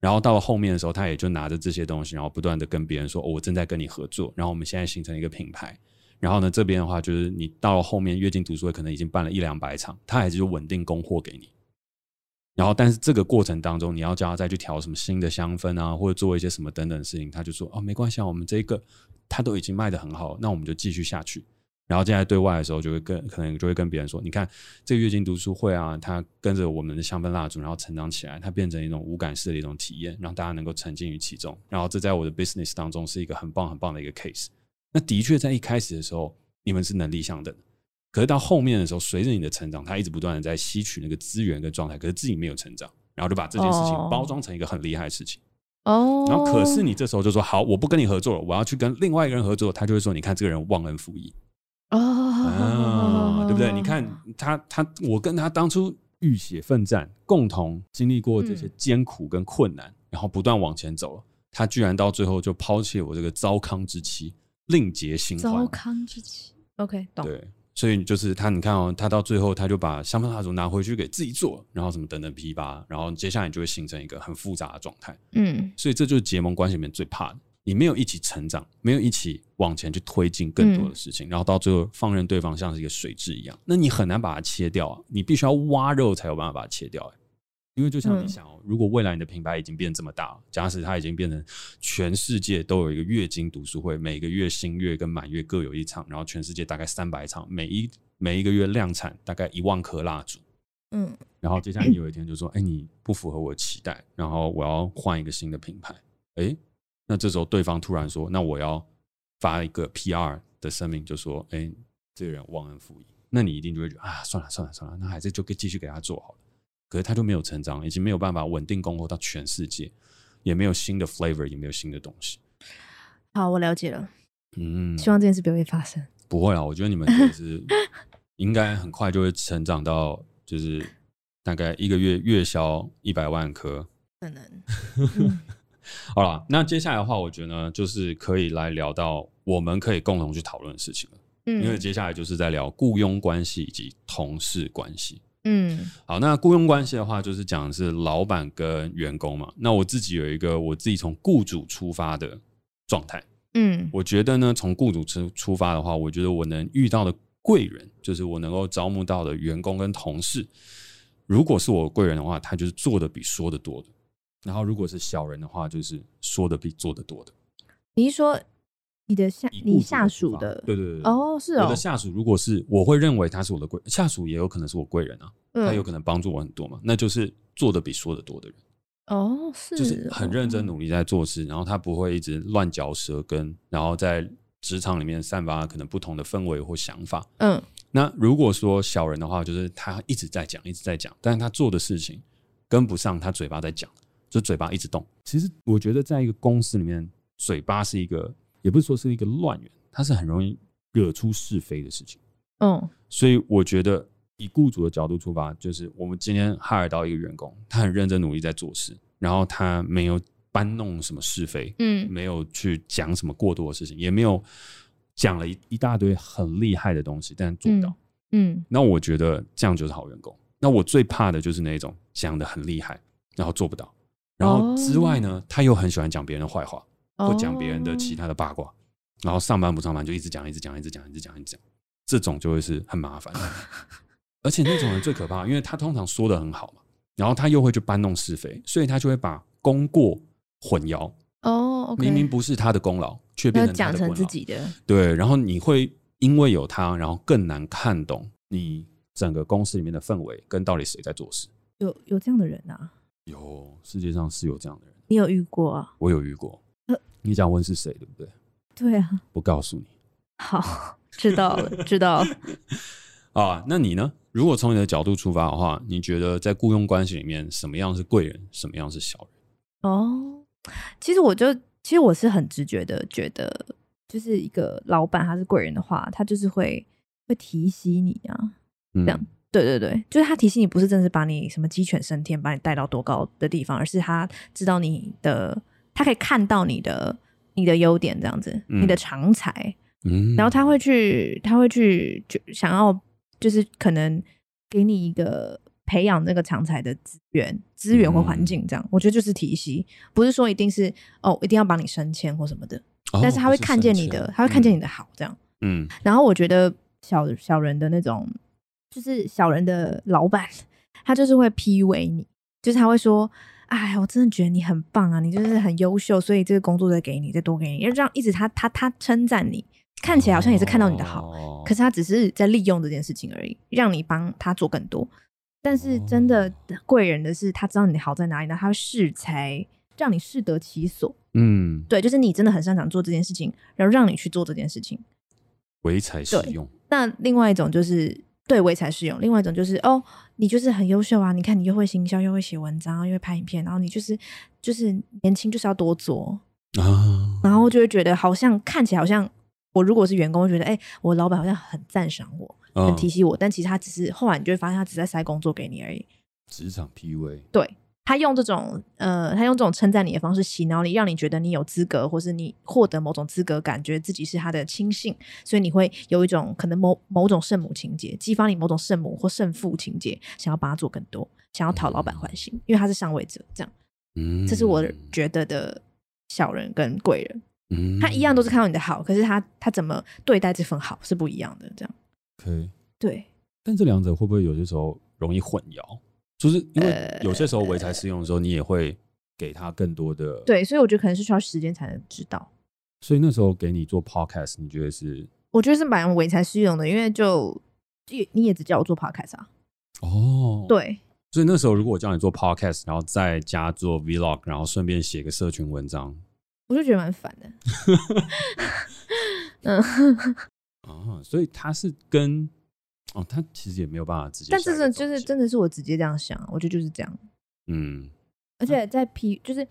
Speaker 1: 然后到了后面的时候，他也就拿着这些东西，然后不断的跟别人说、哦，我正在跟你合作，然后我们现在形成一个品牌。然后呢，这边的话就是你到了后面月经读书会可能已经办了一两百场，他还是就稳定供货给你。然后，但是这个过程当中，你要叫他再去调什么新的香氛啊，或者做一些什么等等的事情，他就说哦，没关系啊，我们这个他都已经卖的很好，那我们就继续下去。然后现在对外的时候，就会跟可能就会跟别人说，你看这个月经读书会啊，它跟着我们的香氛蜡烛，然后成长起来，它变成一种无感式的一种体验，让大家能够沉浸于其中。然后这在我的 business 当中是一个很棒很棒的一个 case。那的确在一开始的时候，你们是能力相等的，可是到后面的时候，随着你的成长，他一直不断的在吸取那个资源跟状态，可是自己没有成长，然后就把这件事情
Speaker 2: 哦
Speaker 1: 包装成一个很厉害的事情。
Speaker 2: 哦，
Speaker 1: 然后可是你这时候就说好，我不跟你合作了，我要去跟另外一个人合作，他就会说你看这个人忘恩负义啊
Speaker 2: 哦，，
Speaker 1: 对不对？你看他他我跟他当初浴血奋战，共同经历过这
Speaker 2: 嗯
Speaker 1: 些艰苦跟困难，然后不断往前走了，他居然到最后就抛弃了我这个糟糠之妻，另结新
Speaker 3: 糟
Speaker 1: 欢。
Speaker 3: 糠之妻，
Speaker 2: ，OK，懂，
Speaker 1: 对，所以就是他，你看哦，他到最后他就把香氛蜡烛拿回去给自己做，然后什么等等批发，然后接下来你就会形成一个很复杂的状态。
Speaker 2: 嗯
Speaker 1: 所以这就是结盟关系里面最怕的，你没有一起成长，没有一起往前去推进更多的事
Speaker 2: 嗯
Speaker 1: 情，然后到最后放任对方像是一个水蛭一样，那你很难把它切掉啊，你必须要挖肉才有办法把它切掉、欸。因为就像你
Speaker 2: 嗯
Speaker 1: 想哦，如果未来你的品牌已经变这么大了，假使它已经变成全世界都有一个月经读书会，每个月新月跟满月各有一场，然后全世界大概三百场，每一每一个月量产大概一万颗蜡烛，
Speaker 2: 嗯
Speaker 1: 然后接下来你有一天就说：“哎、你不符合我的期待，然后我要换一个新的品牌。哎，那这时候对方突然说：“那我要发一个 PR 的声明，就说：“哎、这个人忘恩负义。”那你一定就会觉得啊，算了算了算了，那还是就继续给他做好了。可是他就没有成长，已经没有办法稳定供货到全世界，也没有新的 flavor，也没有新的东西。
Speaker 2: 好，我了解了，
Speaker 1: 嗯，
Speaker 2: 希望这件事不会发生。
Speaker 1: 不会啊，我觉得你们也 是应该很快就会成长到，就是大概一个月月销一百万颗。
Speaker 2: 可能，
Speaker 1: 好了，那接下来的话，我觉得呢，就是可以来聊到我们可以共同去讨论的事情了，
Speaker 2: 嗯，
Speaker 1: 因为接下来就是在聊雇佣关系以及同事关系。
Speaker 2: 嗯
Speaker 1: 好，那雇佣关系的话，就是讲的是老板跟员工嘛。那我自己有一个我自己从雇主出发的状态，
Speaker 2: 嗯
Speaker 1: 我觉得呢，从雇主出出发的话，我觉得我能遇到的贵人，就是我能够招募到的员工跟同事。如果是我的贵人的话，他就是做的比说的多的；然后如果是小人的话，就是说的比做的多的。
Speaker 2: 你是说你的下
Speaker 1: 以雇主
Speaker 2: 你下
Speaker 1: 出
Speaker 2: 属
Speaker 1: 发
Speaker 2: 的
Speaker 1: 对对对，对
Speaker 2: 哦，是
Speaker 1: 我
Speaker 2: 哦
Speaker 1: 的，下属如果是我会认为他是我的贵下属，也有可能是我贵人啊，他有
Speaker 2: 嗯
Speaker 1: 可能帮助我很多嘛，那就是做的比说的多的人。
Speaker 2: 哦是，
Speaker 1: 就是很认真，努力在做事，然后他不会一直乱嚼舌根，然后在职场里面散发可能不同的氛围或想法。
Speaker 2: 嗯
Speaker 1: 那如果说小人的话，就是他一直在讲，一直在讲，但是他做的事情跟不上他嘴巴在讲，就嘴巴一直动。其实我觉得在一个公司里面，嘴巴是一个，也不是说是一个乱源，它是很容易惹出是非的事情。
Speaker 2: 嗯
Speaker 1: 所以我觉得以雇主的角度出发，就是我们今天害尔到一个员工，他很认真努力在做事，然后他没有搬弄什么是非，
Speaker 2: 嗯
Speaker 1: 没有去讲什么过多的事情，也没有讲了一一大堆很厉害的东西，但做不到。
Speaker 2: 嗯
Speaker 1: 那我觉得这样就是好员工。那我最怕的就是那种讲的很厉害，然后做不到。然后之外呢，他又很喜欢讲别人的坏话，
Speaker 2: 哦
Speaker 1: 或讲别人的其他的八卦，然 后上班不上班就一直讲，一直讲，一直讲，一直讲，一直讲，这种就会是很麻烦。而且那种人最可怕，因为他通常说的很好嘛，然后他又会去搬弄是非，所以他就会把功过混淆，
Speaker 2: 哦，OK，
Speaker 1: 明明不是他的功劳，却变
Speaker 2: 要
Speaker 1: 成他
Speaker 2: 讲
Speaker 1: 的
Speaker 2: 成
Speaker 1: 功
Speaker 2: 自
Speaker 1: 劳。
Speaker 2: 己的，
Speaker 1: 对，然后你会因为有他，然后更难看懂你整个公司里面的氛围跟到底谁在做事。
Speaker 2: 有有这样的人啊，
Speaker 1: 有世界上是有这样的人，
Speaker 2: 你有遇过啊？
Speaker 1: 我有遇过
Speaker 2: 呃。
Speaker 1: 你想问是谁，对不对？
Speaker 2: 对啊，
Speaker 1: 不告诉你
Speaker 2: 好，知道了，知 道了。
Speaker 1: 啊。那你呢？如果从你的角度出发的话，你觉得在雇佣关系里面，什么样是贵人，什么样是小人？
Speaker 2: 哦，其实我就其实我是很直觉的觉得，就是一个老板他是贵人的话，他就是会会提携你啊。
Speaker 1: 嗯
Speaker 2: 这样对对对，就是他提醒你，不是真的是把你什么鸡犬升天，把你带到多高的地方，而是他知道你的，他可以看到你的你的优点，这样子，
Speaker 1: 嗯
Speaker 2: 你的长才，
Speaker 1: 嗯
Speaker 2: 然后他会去，他会去就想要，就是可能给你一个培养那个长才的资源、资源或
Speaker 1: 嗯
Speaker 2: 环境这样。我觉得就是体系，不是说一定是哦，一定要把你升迁或什么的，
Speaker 1: 哦
Speaker 2: 但是他会看见你
Speaker 1: 不是
Speaker 2: 的
Speaker 1: 生，气
Speaker 2: 他会看见
Speaker 1: 嗯
Speaker 2: 你的好这样。
Speaker 1: 嗯
Speaker 2: 然后我觉得小小人的那种，就是小人的老板，他就是会 PUA 你，就是他会说。哎，我真的觉得你很棒啊，你就是很优秀，所以这个工作再给你，再多给你，要这样一直他他他称赞你，看起来好像也是看到你的好，
Speaker 1: 哦
Speaker 2: 可是他只是在利用这件事情而已，让你帮他做更多。但是真的贵人的是，他知道你的好在哪里，然后他会适才让你适得其所。
Speaker 1: 嗯，
Speaker 2: 对，就是你真的很擅长做这件事情，然后让你去做这件事情。
Speaker 1: 唯才使
Speaker 2: 对
Speaker 1: 用。
Speaker 2: 那另外一种就是对唯才适用，另外一种就是哦，你就是很优秀啊！你看你又会行销，又会写文章，又会拍影片，然后你就是就是年轻就是要多做，
Speaker 1: 啊，
Speaker 2: 然后就会觉得好像看起来好像我如果是员工，会觉得哎、我老板好像很赞赏我，很
Speaker 1: 嗯
Speaker 2: 提醒我，但其实他只是后来你就会发现，他只是在塞工作给你而已。
Speaker 1: 职场 PUA，
Speaker 2: 他用这种呃，他用这种称赞你的方式洗脑你，让你觉得你有资格，或是你获得某种资格感，觉得自己是他的亲信，所以你会有一种可能某某种圣母情节，激发你某种圣母或圣父情节，想要帮他做更多，想要讨老板欢心，因为他是上位者。这样，
Speaker 1: 嗯，
Speaker 2: 这是我觉得的小人跟贵人，
Speaker 1: 嗯，
Speaker 2: 他一样都是看到你的好，可是他他怎么对待这份好是不一样的。这样，
Speaker 1: OK，
Speaker 2: 对，
Speaker 1: 但这两者会不会有些时候容易混淆？就是因为
Speaker 2: 呃
Speaker 1: 有些时候唯才适用的时候，你也会给他更多的，
Speaker 2: 对，所以我觉得可能是需要时间才能知道。
Speaker 1: 所以那时候给你做 podcast，你觉得是
Speaker 2: 我觉得是蛮唯才适用的，因为就也你也只叫我做 podcast 啊，
Speaker 1: 哦，，
Speaker 2: 对
Speaker 1: 所以那时候如果我叫你做 podcast，然后再加做 vlog，然后顺便写个社群文章
Speaker 2: 我就觉得蛮烦的。嗯，
Speaker 1: 啊，所以他是跟哦，他其实也没有办法直接下
Speaker 2: 但
Speaker 1: 一个
Speaker 2: 这
Speaker 1: 总结，
Speaker 2: 种就是真的是我直接这样想，啊我觉得就是这样。
Speaker 1: 嗯
Speaker 2: 而且在 P 就是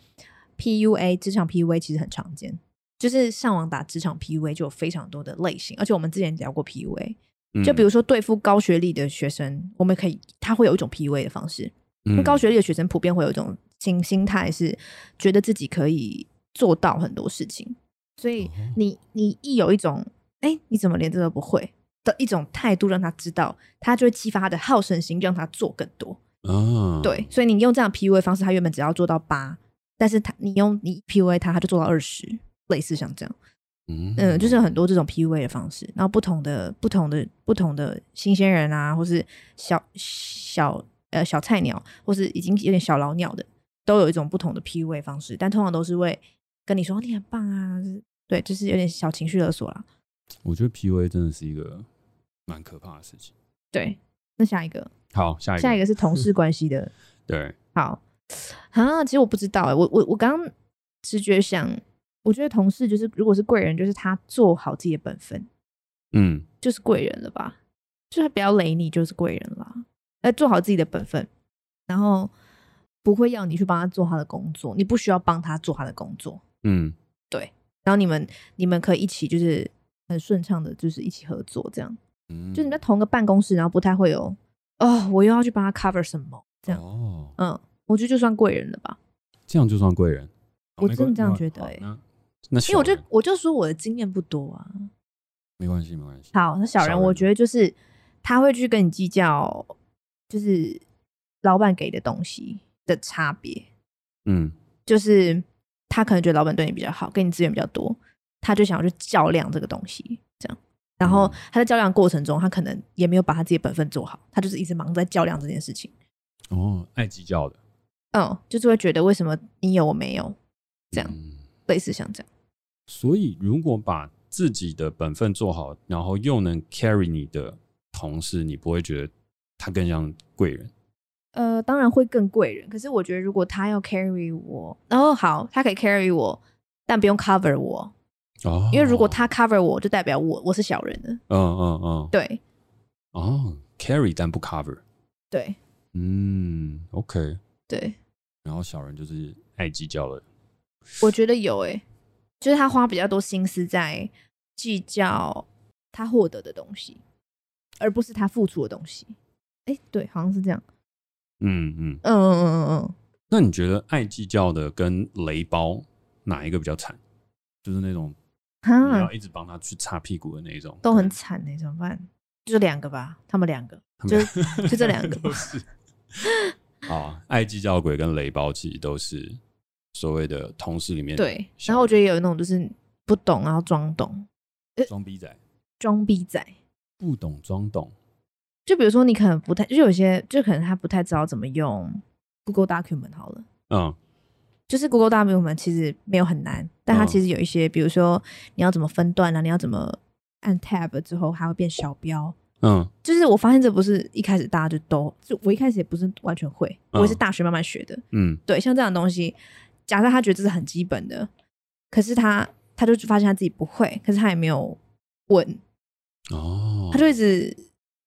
Speaker 2: PUA 职场 PUA 其实很常见，就是上网打职场 PUA 就有非常多的类型，而且我们之前聊过 PUA，
Speaker 1: 嗯，
Speaker 2: 就比如说对付高学历的学生，我们可以他会有一种 PUA 的方式，因
Speaker 1: 如
Speaker 2: 为高学历的学生普遍会有一种心心态，是觉得自己可以做到很多事情，所以
Speaker 1: 哦
Speaker 2: 你你一有一种哎、诶你怎么连这都不会的一种态度，让他知道，他就会激发他的好胜心，让他做更多。
Speaker 1: 啊，
Speaker 2: 对，所以你用这样 PUA 方式，他原本只要做到八，但是他你用你 PUA 他，他就做到二十，类似像这样，
Speaker 1: 嗯
Speaker 2: 嗯，就是有很多这种 PUA 的方式，然后不同的不同的不同的新鲜人啊，或是小小呃小菜鸟，或是已经有点小老鸟的，都有一种不同的 PUA 方式，但通常都是会跟你说你很棒啊，对，就是有点小情绪勒索啦。
Speaker 1: 我觉得 PUA 真的是一个蛮可怕的事情。
Speaker 2: 对，那下一个，
Speaker 1: 好，下一个，
Speaker 2: 下一个是 同事关系的
Speaker 1: 对，
Speaker 2: 好 啊，其实我不知道哎、我我我刚刚直觉想，我觉得同事就是如果是贵人，就是他做好自己的本分，
Speaker 1: 嗯，
Speaker 2: 就是贵人了吧？就是他不要雷你，就是贵人啦。呃，做好自己的本分，然后不会要你去帮他做他的工作，你不需要帮他做他的工作。
Speaker 1: 嗯，
Speaker 2: 然后你们你们可以一起就是很顺畅的，就是一起合作这样。
Speaker 1: 嗯
Speaker 2: 就你们在同个办公室，然后不太会有哦，我又要去帮他 cover 什么这样。
Speaker 1: 哦，
Speaker 2: 嗯，我觉得就算贵人了吧。
Speaker 1: 这样就算贵人。好
Speaker 2: 我
Speaker 1: 没
Speaker 2: 真的
Speaker 1: 关
Speaker 2: 这样
Speaker 1: 那
Speaker 2: 觉得
Speaker 1: 好
Speaker 2: 欸
Speaker 1: 那那
Speaker 2: 因为我
Speaker 1: 小
Speaker 2: 就
Speaker 1: 人
Speaker 2: 我就说我的经验不多啊。
Speaker 1: 没关系，没关系。
Speaker 2: 好，那小
Speaker 1: 小
Speaker 2: 人
Speaker 1: 人
Speaker 2: 我
Speaker 1: 呢
Speaker 2: 觉得就是他会去跟你计较，就是老板给的东西的差别，
Speaker 1: 嗯，
Speaker 2: 就是他可能觉得老板对你比较好，给你资源比较多，他就想要去较量这个东西，这样然后他在较量过程中，他可能也没有把他自己的本分做好，他就是一直忙在较量这件事情。
Speaker 1: 哦，爱计较的，
Speaker 2: 嗯，就是会觉得为什么你有我没有，这样
Speaker 1: 嗯
Speaker 2: 类似像这样。
Speaker 1: 所以，如果把自己的本分做好，然后又能 carry 你的同事，你不会觉得他更像贵人。
Speaker 2: 呃，当然会更贵人，可是我觉得如果他要 carry 我，然后哦好，他可以 carry 我，但不用 cover 我，
Speaker 1: 哦
Speaker 2: 因为如果，他 cover 我，就代表我我是小人了。
Speaker 1: 嗯嗯嗯，
Speaker 2: 对
Speaker 1: 哦，carry 但不 cover，
Speaker 2: 对
Speaker 1: 嗯，OK。
Speaker 2: 对，
Speaker 1: 然后小人就是爱计较的，
Speaker 2: 我觉得有诶、欸就是他花比较多心思在计较他获得的东西，而不是他付出的东西。诶，对，好像是这样。
Speaker 1: 嗯嗯。
Speaker 2: 嗯嗯嗯嗯嗯，
Speaker 1: 那你觉得爱计较的跟雷包哪一个比较惨？就是那种你
Speaker 2: 哈
Speaker 1: 要，一直帮他去擦屁股的那一种，
Speaker 2: 嗯都很
Speaker 1: 对
Speaker 2: 惨诶，欸怎么办？就两个吧，他们两个，
Speaker 1: 他
Speaker 2: 就
Speaker 1: 们
Speaker 2: 就这两 个
Speaker 1: 都是啊，爱计较鬼跟雷包其实都是所谓的同事里面
Speaker 2: 对。
Speaker 1: 小
Speaker 2: 然后我觉得有那种就是不懂然后装懂，
Speaker 1: 装逼仔，
Speaker 2: 装逼仔。
Speaker 1: 不懂装懂，
Speaker 2: 就比如说你可能不太，就有些就可能他不太知道怎么用 Google Document 好了。
Speaker 1: 嗯
Speaker 2: 就是 Google Document 其实没有很难，但它
Speaker 1: 嗯
Speaker 2: 其实有一些，比如说你要怎么分段啊，你要怎么按 Tab 之后它会变小标。
Speaker 1: 嗯
Speaker 2: 就是我发现这不是一开始大家就都，就我一开始也不是完全会，
Speaker 1: 嗯
Speaker 2: 我也是大学慢慢学的。
Speaker 1: 嗯
Speaker 2: 对，像这样的东西，假设他觉得这是很基本的，可是他他就发现他自己不会，可是他也没有问，
Speaker 1: 哦，
Speaker 2: 他就一直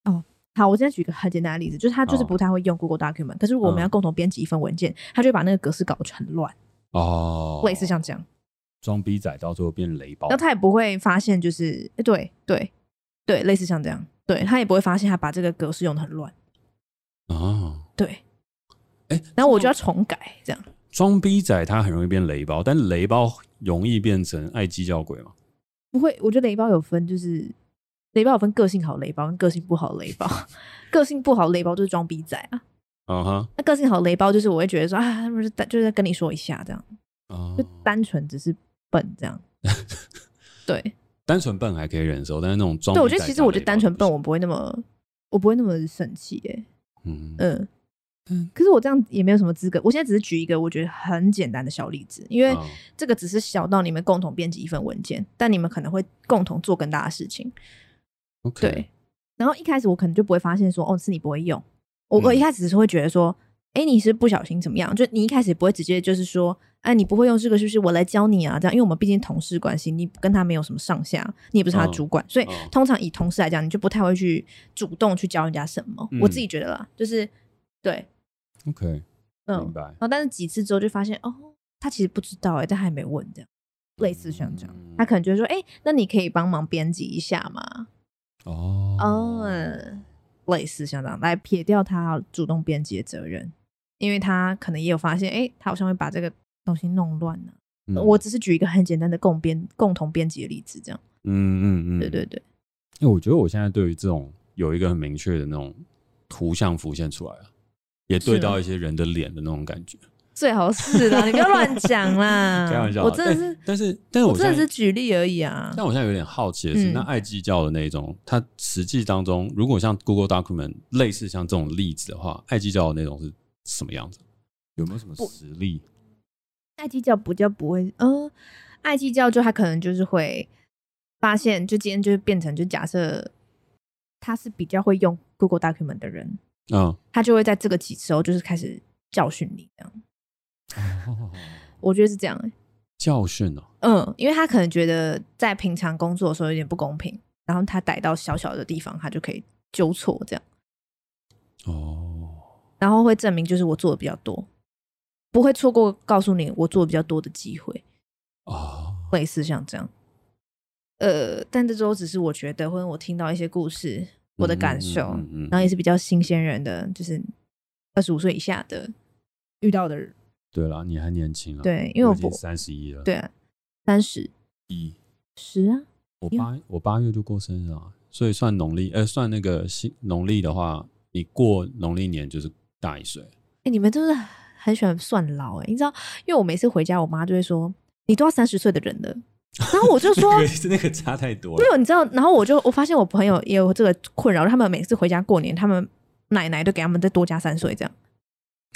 Speaker 2: 哦。好，我现在举一个很简单的例子，就是他就是
Speaker 1: 哦
Speaker 2: 不太会用 Google Document，可是如果我们
Speaker 1: 嗯
Speaker 2: 要共同编辑一份文件，他就会把那个格式搞得很乱，
Speaker 1: 哦，
Speaker 2: 类似像这样。
Speaker 1: 装逼仔到最后变雷包
Speaker 2: 然后，他也不会发现，就是诶对对对，类似像这样，对他也不会发现他把这个格式用的很乱，
Speaker 1: 哦，
Speaker 2: 对，
Speaker 1: 诶
Speaker 2: 然后我就要重改这样，
Speaker 1: 装逼仔他很容易变雷包，但雷包容易变成爱计较鬼嘛？
Speaker 2: 不会，我觉得雷包有分，就是雷包有分个性好雷包跟个性不好雷包， 个性不好雷包就是装逼仔啊，
Speaker 1: 嗯哼，
Speaker 2: 那个性好雷包就是我会觉得说啊，他们是单就是在跟你说一下这样，
Speaker 1: 哦
Speaker 2: 就单纯只是笨这 样，对，
Speaker 1: 单纯笨还可以忍受，但是那种装逼
Speaker 2: 对
Speaker 1: 仔
Speaker 2: 我觉得其实我觉得单纯笨，
Speaker 1: 加雷包
Speaker 2: 我不会那么我不会那么生气耶、
Speaker 1: 就不行，嗯
Speaker 2: 嗯
Speaker 1: 嗯，
Speaker 2: 可是我这样也没有什么资格。我现在只是举一个我觉得很简单的小例子，因为
Speaker 1: 嗯
Speaker 2: 这个只是小到你们共同编辑一份文件，但你们可能会共同做更大的事情。
Speaker 1: ，OK，
Speaker 2: 对，然后一开始我可能就不会发现说，哦，是你不会用。我我
Speaker 1: 嗯
Speaker 2: 一开始只是会觉得说，哎、你是不小心怎么样？就你一开始也不会直接就是说，哎、你不会用这个是不是？我来教你啊，这样，因为我们毕竟同事关系，你跟他没有什么上下，你也不是他的
Speaker 1: 嗯
Speaker 2: 主管，所以
Speaker 1: 嗯
Speaker 2: 通常以同事来讲，你就不太会去主动去教人家什么。
Speaker 1: 嗯
Speaker 2: 我自己觉得啦，就是对，
Speaker 1: OK，
Speaker 2: 嗯，
Speaker 1: 明白
Speaker 2: 然。后但是几次之后就发现，哦，他其实不知道哎、但他还没问这样，类似像这样，
Speaker 1: 嗯
Speaker 2: 他可能就会说，哎、那你可以帮忙编辑一下嘛，
Speaker 1: 哦
Speaker 2: 哦、嗯类似像这样，来撇掉他主动编辑的责任，因为他可能也有发现，哎、他好像会把这个东西弄乱了、
Speaker 1: 嗯
Speaker 2: 我只是举一个很简单的共编共同编辑的例子，这样，
Speaker 1: 嗯嗯嗯，
Speaker 2: 对对对，
Speaker 1: 因为我觉得我现在对于这种有一个很明确的那种图像浮现出来了，也对
Speaker 2: 是啊吗
Speaker 1: 到一些人的脸的那种感觉。
Speaker 2: 最好是啦，你 不要乱讲啦，
Speaker 1: 开玩笑啊，
Speaker 2: 我真的
Speaker 1: 但
Speaker 2: 是。
Speaker 1: 但是但是
Speaker 2: 我
Speaker 1: 我
Speaker 2: 真的
Speaker 1: 现在
Speaker 2: 是举例而已啊。
Speaker 1: 但我现在有点好奇的是，
Speaker 2: 嗯
Speaker 1: 那爱计较的那一种，它实际当中，如果像 Google Document 类似像这种例子的话，爱计较的那种是什么样子？有没有什么
Speaker 2: 不
Speaker 1: 实例？
Speaker 2: 爱计较不叫不会，嗯，爱计较就他可能就是会发现，就今天就变成就假设他是比较会用 Google Document 的人，
Speaker 1: 嗯，
Speaker 2: 他就会在这个几时候就是开始教训你这样。
Speaker 1: 哦
Speaker 2: 我觉得是这样、欸，
Speaker 1: 教训哦，
Speaker 2: 嗯，因为他可能觉得在平常工作的时候有点不公平，然后他逮到小小的地方，他就可以纠错这样，
Speaker 1: 哦，
Speaker 2: 然后会证明就是我做的比较多，不会错过告诉你我做的比较多的机会。
Speaker 1: 哦，
Speaker 2: 类似像这样。呃，但这周只是我觉得，或者我听到一些故事，我的感受，
Speaker 1: 嗯嗯嗯嗯
Speaker 2: 然后也是比较新鲜人的，就是二十五岁以下的遇到的人，
Speaker 1: 对了，你还年轻啊，，
Speaker 2: 对，因为我
Speaker 1: 已经
Speaker 2: 不
Speaker 1: 三十一了，
Speaker 2: 对啊，三十
Speaker 1: 一，
Speaker 2: 十啊，
Speaker 1: 我
Speaker 2: 因为
Speaker 1: 八我八月就过生日啊，所以算农历，呃，算那个新农历的话，你过农历年就是大一岁，
Speaker 2: 哎、你们真的很喜欢算老哎、你知道，因为我每次回家，我妈就会说，你都要三十岁的人了，然后我就说
Speaker 3: 那个 那个差太多
Speaker 2: 没
Speaker 3: 了。
Speaker 2: 有，你知道，然后我就我发现我朋友也有这个困扰，他们每次回家过年，他们奶奶都给他们再多加三岁，这样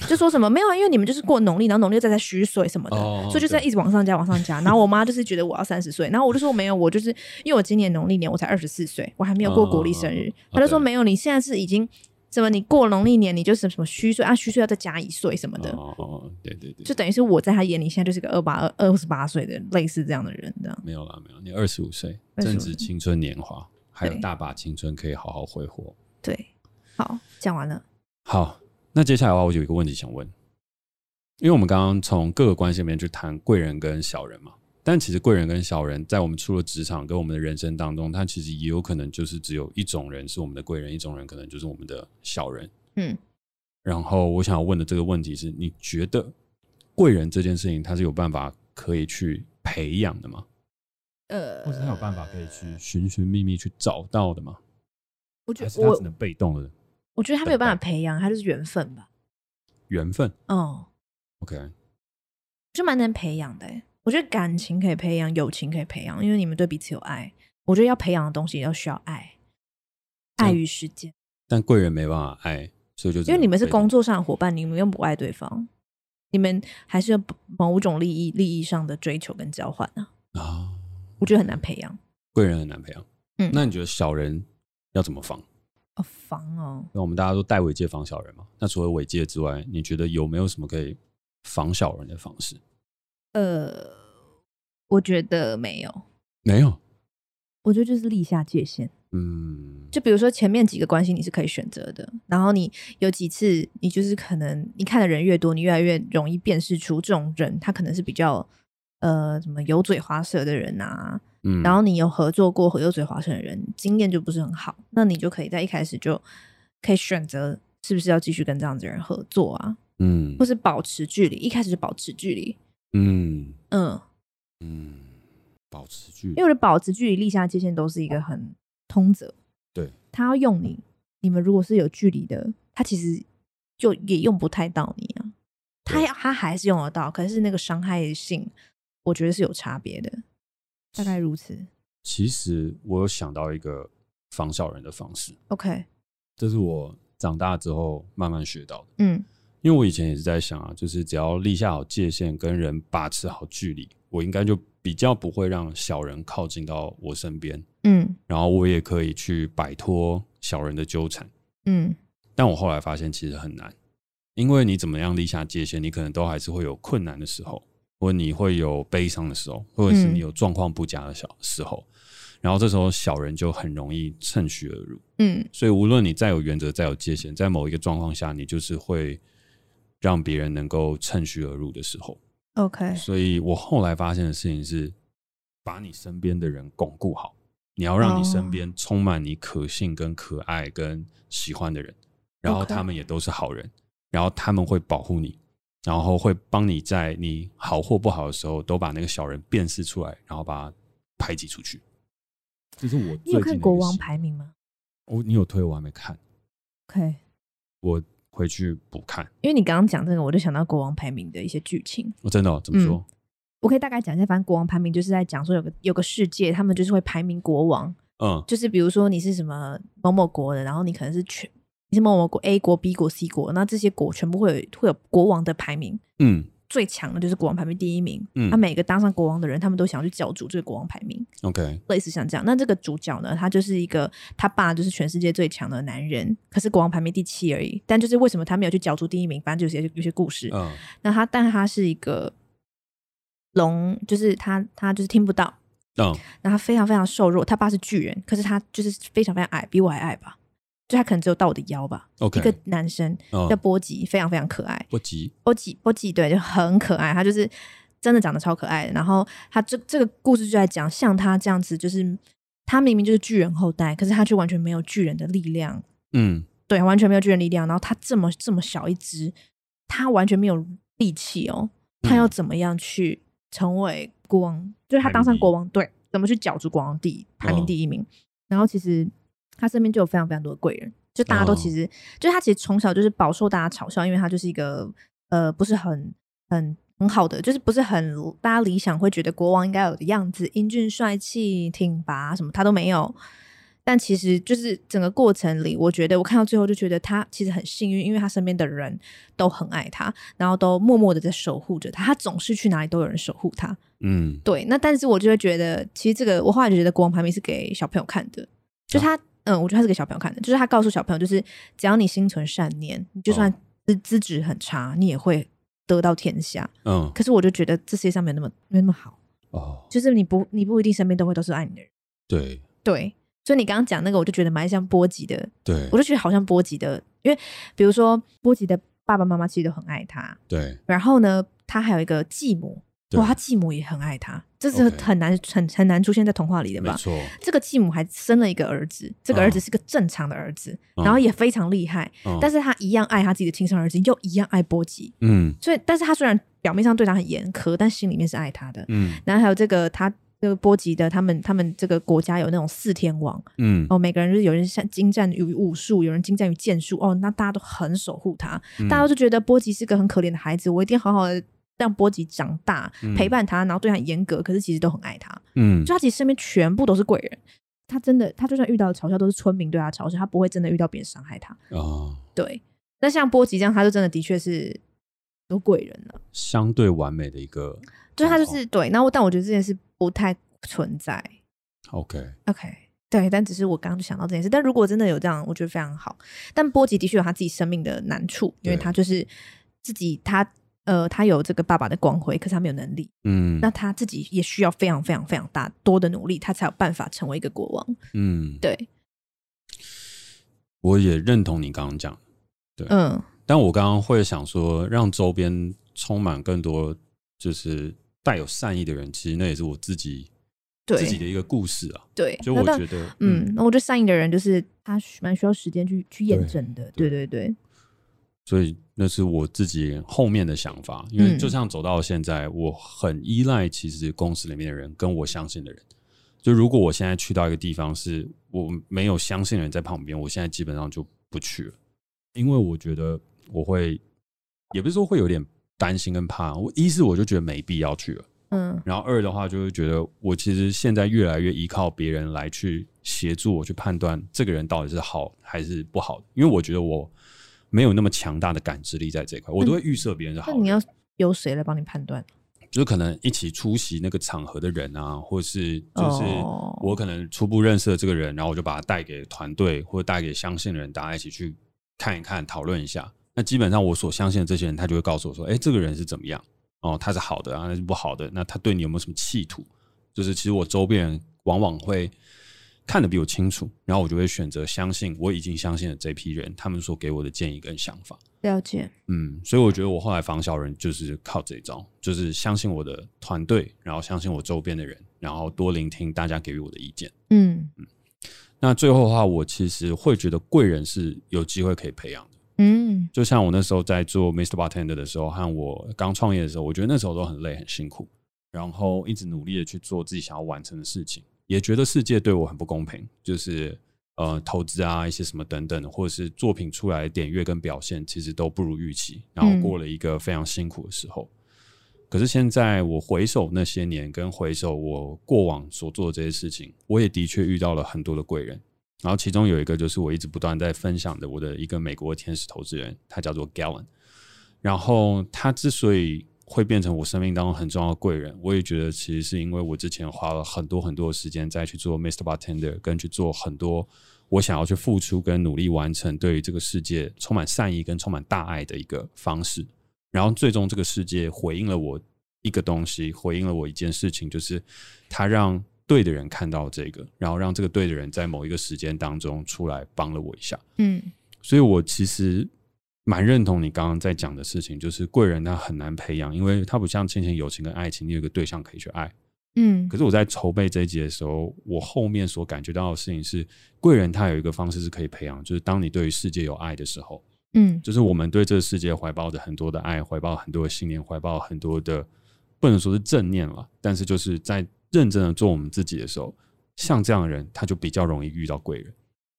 Speaker 2: 就说什么没有，啊，因为你们就是过农历，然后农历再再虚岁什么的，
Speaker 3: 哦
Speaker 2: 所以就在
Speaker 3: 对
Speaker 2: 一直往上加往上加。然后我妈就是觉得我要三十岁，然后我就说没有，我就是因为我今年农历年我才二十四岁，我还没有过国历生日，
Speaker 3: 哦
Speaker 2: 她就说
Speaker 3: 对
Speaker 2: 没有，你现在是已经怎么你过农历年你就是什么虚岁啊，虚岁要再加一岁什么的。
Speaker 3: 哦哦，哦对对对，
Speaker 2: 就等于是我在她眼里现在就是个二八二二十八岁的类似这样的人，这样
Speaker 3: 没有啦，没有。你二十五岁，
Speaker 2: 25
Speaker 3: 正值青春年华，还有
Speaker 2: 对
Speaker 3: 大把青春可以好好挥霍。
Speaker 2: 对。好，讲完了。
Speaker 3: 好，
Speaker 1: 那接下来的话，我有一个问题想问，因为我们刚刚从各个关系里面去谈贵人跟小人嘛，但其实贵人跟小人在我们出了职场跟我们的人生当中，它其实也有可能就是只有一种人是我们的贵人，一种人可能就是我们的小人。
Speaker 2: 嗯，
Speaker 1: 然后我想要问的这个问题是，你觉得贵人这件事情，它是有办法可以去培养的吗？
Speaker 2: 呃，
Speaker 1: 或者他有办法可以去寻寻觅觅去找到的吗？
Speaker 2: 我觉
Speaker 1: 还
Speaker 2: 得
Speaker 1: 是他
Speaker 2: 我
Speaker 1: 只能被动的
Speaker 2: 我觉得他没有办法培养，他就是缘分吧。
Speaker 1: 缘分
Speaker 2: 嗯，
Speaker 1: ？OK，
Speaker 2: 就蛮难培养的欸、我觉得感情可以培养，友情可以培养，因为你们对彼此有爱。我觉得要培养的东西要需要爱，爱与时间，
Speaker 1: 但贵人没办法爱，所以就只
Speaker 2: 因为
Speaker 1: 能
Speaker 2: 你们是
Speaker 1: 被动
Speaker 2: 工作上的伙伴，你们又不爱对方，你们还是有某种利益利益上的追求跟交换啊。
Speaker 1: 啊，
Speaker 2: 我觉得很难培养。
Speaker 1: 贵人很难培养。
Speaker 2: 嗯
Speaker 1: 那你觉得小人要怎么防？
Speaker 2: 哦，防哦，
Speaker 1: 那我们大家都带尾戒防小人嘛？那除了尾戒之外，你觉得有没有什么可以防小人的方式？
Speaker 2: 呃，我觉得没有，
Speaker 1: 没有，
Speaker 2: 我觉得就是立下界限。
Speaker 1: 嗯，
Speaker 2: 就比如说前面几个关系你是可以选择的，然后你有几次你就是可能你看的人越多，你越来越容易辨识出这种人，他可能是比较呃什么油嘴滑舌的人啊，
Speaker 1: 嗯
Speaker 2: 然后你有合作过和油嘴滑舌的人，经验就不是很好，那你就可以在一开始就可以选择是不是要继续跟这样子的人合作啊，
Speaker 1: 嗯
Speaker 2: 或是保持距离，一开始就保持距离，
Speaker 1: 嗯
Speaker 2: 嗯，
Speaker 1: 嗯，保持距
Speaker 2: 因
Speaker 1: 离
Speaker 2: 为我觉得保持距离、立下界限都是一个很通则。
Speaker 1: 对，
Speaker 2: 他要用你，你们如果是有距离的，他其实就也用不太到你啊。他
Speaker 1: 对
Speaker 2: 要他还是用得到，可是那个伤害性，我觉得是有差别的。大概如此。
Speaker 1: 其实我有想到一个防小人的方式，
Speaker 2: OK，
Speaker 1: 这是我长大之后慢慢学到的。
Speaker 2: 嗯
Speaker 1: 因为我以前也是在想啊，就是只要立下好界限，跟人把持好距离，我应该就比较不会让小人靠近到我身边，
Speaker 2: 嗯
Speaker 1: 然后我也可以去摆脱小人的纠缠。
Speaker 2: 嗯，
Speaker 1: 但我后来发现其实很难，因为你怎么样立下界限，你可能都还是会有困难的时候，或者你会有悲伤的时候，或者是
Speaker 2: 嗯
Speaker 1: 你有状况不佳的小时候，然后这时候小人就很容易趁虚而入。
Speaker 2: 嗯
Speaker 1: 所以无论你再有原则、再有界限，在某一个状况下，你就是会让别人能够趁虚而入的时候。
Speaker 2: ，OK，
Speaker 1: 所以我后来发现的事情是，把你身边的人巩固好，你要让你
Speaker 2: 哦
Speaker 1: 身边充满你可信、跟可爱、跟喜欢的人，然后
Speaker 2: OK
Speaker 1: 他们也都是好人，然后他们会保护你。然后会帮你在你好或不好的时候，都把那个小人辨识出来，然后把他排挤出去。这是我
Speaker 2: 你有看国王？排名吗
Speaker 1: 我哦你有推我还没看，
Speaker 2: ？OK，
Speaker 1: 我回去补看。
Speaker 2: 因为你刚刚讲这个，我就想到国王排名的一些剧情。
Speaker 1: 我、真的哦、
Speaker 2: 嗯
Speaker 1: 怎么说？
Speaker 2: 我可以大概讲一下，反正国王排名就是在讲说有个有个世界，他们就是会排名国王，
Speaker 1: 嗯
Speaker 2: 就是比如说你是什么某某国的，然后你可能是全你是某某国 A 国、B 国、C 国，那这些国全部会有会有国王的排名，
Speaker 1: 嗯
Speaker 2: 最强的就是国王排名第一名。
Speaker 1: 嗯
Speaker 2: 那、每个当上国王的人，他们都想要去角逐这个国王排名，
Speaker 1: ，OK，
Speaker 2: 类似像这样。那这个主角呢，他就是一个他爸就是全世界最强的男人，可是国王排名第七而已。但就是为什么他没有去角逐第一名，反正就是有些有些故事。
Speaker 1: 嗯
Speaker 2: 那他但他是一个聋，就是他他就是听不到，
Speaker 1: 嗯
Speaker 2: 然后他非常非常瘦弱。他爸是巨人，可是他就是非常非常矮，比我还矮吧，就他可能只有到我的腰吧。
Speaker 1: ，OK，
Speaker 2: 一个男生
Speaker 1: 嗯
Speaker 2: 叫波吉，非常非常可爱。
Speaker 1: 不急，
Speaker 2: 波吉波吉对，就很可爱，他就是真的长得超可爱的。然后他这这个故事就在讲，像他这样子，就是他明明就是巨人后代，可是他却完全没有巨人的力量，
Speaker 1: 嗯
Speaker 2: 对，完全没有巨人力量。然后他这么这么小一只，他完全没有力气哦，他要怎么样去成为国王？就是他当上国王，对，怎么去角逐国王第排名第一名？然后其实他身边就有非常非常多的贵人，就大家都其实，就是他其实从小就是饱受大家嘲笑，因为他就是一个呃不是很很很好的，就是不是很大家理想会觉得国王应该有的样子，英俊帅气、挺拔什么，他都没有。但其实就是整个过程里，我觉得我看到最后就觉得他其实很幸运，因为他身边的人都很爱他，然后都默默的在守护着他，他总是去哪里都有人守护他。
Speaker 1: 嗯，
Speaker 2: 对，那但是我就会觉得，其实这个我后来就觉得国王排名是给小朋友看的，就是他，嗯，我觉得他是给小朋友看的，就是他告诉小朋友，就是只要你心存善念，你就算资资质很差，你也会得到天下。
Speaker 1: 嗯，
Speaker 2: 可是我就觉得这世界上没有那么没有那么好，
Speaker 1: 哦，
Speaker 2: 就是你不你不一定身边都会都是爱你的人。
Speaker 1: 对
Speaker 2: 对，所以你刚刚讲那个，我就觉得蛮像波吉的，
Speaker 1: 对
Speaker 2: 我就觉得好像波吉的，因为比如说波吉的爸爸妈妈其实都很爱他，
Speaker 1: 对，
Speaker 2: 然后呢，他还有一个继母，
Speaker 1: 对
Speaker 2: 哇，他继母也很爱他，这是
Speaker 1: OK
Speaker 2: 很难很很难出现在童话里的
Speaker 1: 没
Speaker 2: 吧？
Speaker 1: 错，
Speaker 2: 这个继母还生了一个儿子，这个儿子
Speaker 1: 嗯
Speaker 2: 是个正常的儿子，
Speaker 1: 嗯
Speaker 2: 然后也非常厉害，但
Speaker 1: 是
Speaker 2: 是他一样爱他自己的亲生儿子，又一样爱波吉，
Speaker 1: 嗯
Speaker 2: 所以，但是他虽然表面上对他很严苛，但心里面是爱他的。
Speaker 1: 嗯
Speaker 2: 然后还有这个他这个波吉的，他们他们这个国家有那种四天王，
Speaker 1: 嗯
Speaker 2: 哦，每个人就是有人像精湛于武术，有人精湛于剑术，哦，那大家都很守护他，
Speaker 1: 嗯
Speaker 2: 大家就觉得波吉是个很可怜的孩子，我一定好好的让波吉长大，
Speaker 1: 嗯
Speaker 2: 陪伴他，然后对他很严格，可是其实都很爱他，
Speaker 1: 嗯
Speaker 2: 就他其实身边全部都是贵人。他真的，他就算遇到嘲笑都是村民对他嘲笑，他不会真的遇到别人伤害他。
Speaker 1: 啊，
Speaker 2: 对，那像波吉这样，他就真的的确是都贵人了。
Speaker 1: 相对完美的一个
Speaker 2: 就是他就
Speaker 1: 状
Speaker 2: 是对，那我但我觉得这件事不太存在。
Speaker 1: 况 OK，
Speaker 2: OK，对，但只是我刚刚就想到这件事。但如果真的有这样，我觉得非常好。但波吉的确有他自己生命的难处，因为
Speaker 1: 对
Speaker 2: 他就是自己他呃他有这个爸爸的光辉，可是他没有能力。
Speaker 1: 嗯
Speaker 2: 那他自己也需要非常非常非常大多的努力，他才有办法成为一个国王。
Speaker 1: 嗯，
Speaker 2: 对，
Speaker 1: 我也认同你刚刚讲，
Speaker 2: 嗯，
Speaker 1: 但我刚刚会想说，让周边充满更多就是带有善意的人，其实那也是我自己自己
Speaker 2: 对
Speaker 1: 的一个故事啊。
Speaker 2: 对。
Speaker 1: 就
Speaker 2: 那
Speaker 1: 我
Speaker 2: 但
Speaker 1: 觉得，
Speaker 2: 嗯，，那我觉得善意的人就是他需蛮需要时间去去验
Speaker 1: 对
Speaker 2: 证的。对
Speaker 1: 对
Speaker 2: 对对，
Speaker 1: 所以那是我自己后面的想法，因为
Speaker 2: 嗯
Speaker 1: 就像走到现在，我很依赖其实公司里面的人跟我相信的人。就如果我现在去到一个地方，是我没有相信的人在旁边，我现在基本上就不去了，因为我觉得我会，也不是说会有点担心跟怕，我一是我就觉得没必要去了，
Speaker 2: 嗯
Speaker 1: 然后二的话就会觉得我其实现在越来越依靠别人来去协助我去判断这个人到底是好还是不好的，因为我觉得我没有那么强大的感知力在这一块，我都会预设别人是好
Speaker 2: 那
Speaker 1: 人，
Speaker 2: 你要由谁来帮你判断？
Speaker 1: 就是可能一起出席那个场合的人啊，或是就是
Speaker 2: 哦
Speaker 1: 我可能初步认识了这个人，然后我就把他带给团队或者带给相信的人，大家一起去看一看，讨论一下。那基本上我所相信的这些人，他就会告诉我说：“哎、这个人是怎么样？哦，他是好的啊，那是不好的？那他对你有没有什么企图？”就是其实我周边人往往会看得比我清楚，然后我就会选择相信我已经相信的这批人，他们所给我的建议跟想法。
Speaker 2: 了解。
Speaker 1: 嗯，所以我觉得我后来防小人就是靠这一招，就是相信我的团队，然后相信我周边的人，然后多聆听大家给予我的意见。
Speaker 2: 嗯
Speaker 1: 那最后的话，我其实会觉得贵人是有机会可以培养的。
Speaker 2: 嗯
Speaker 1: 就像我那时候在做 Mr. Bartender 的时候，和我刚创业的时候，我觉得那时候都很累很辛苦，然后一直努力的去做自己想要完成的事情，也觉得世界对我很不公平，就是呃投资啊一些什么等等的，或者是作品出来的点阅跟表现其实都不如预期，然后过了一个非常辛苦的时候。可是现在我回首那些年，跟回首我过往所做的这些事情，我也的确遇到了很多的贵人。然后其中有一个就是我一直不断在分享的，我的一个美国天使投资人，他叫做 Galen。然后他之所以会变成我生命当中很重要的贵人，我也觉得其实是因为我之前花了很多很多的时间再去做 Mr. Bartender，跟去做很多我想要去付出跟努力完成对于这个世界充满善意跟充满大爱的一个方式。然后最终这个世界回应了我一个东西，回应了我一件事情，就是他让对的人看到这个，然后让这个对的人在某一个时间当中出来帮了我一下。
Speaker 2: 嗯
Speaker 1: 所以我其实蛮认同你刚刚在讲的事情，就是贵人他很难培养，因为他不像亲情、友情跟爱情，你有一个对象可以去爱。
Speaker 2: 嗯
Speaker 1: 可是我在筹备这一集的时候，我后面所感觉到的事情是，贵人他有一个方式是可以培养，就是当你对于世界有爱的时候，
Speaker 2: 嗯
Speaker 1: 就是我们对这个世界怀抱着很多的爱，怀抱很多的信念，怀抱很多的不能说是正念了，但是就是在认真的做我们自己的时候，像这样的人，他就比较容易遇到贵人。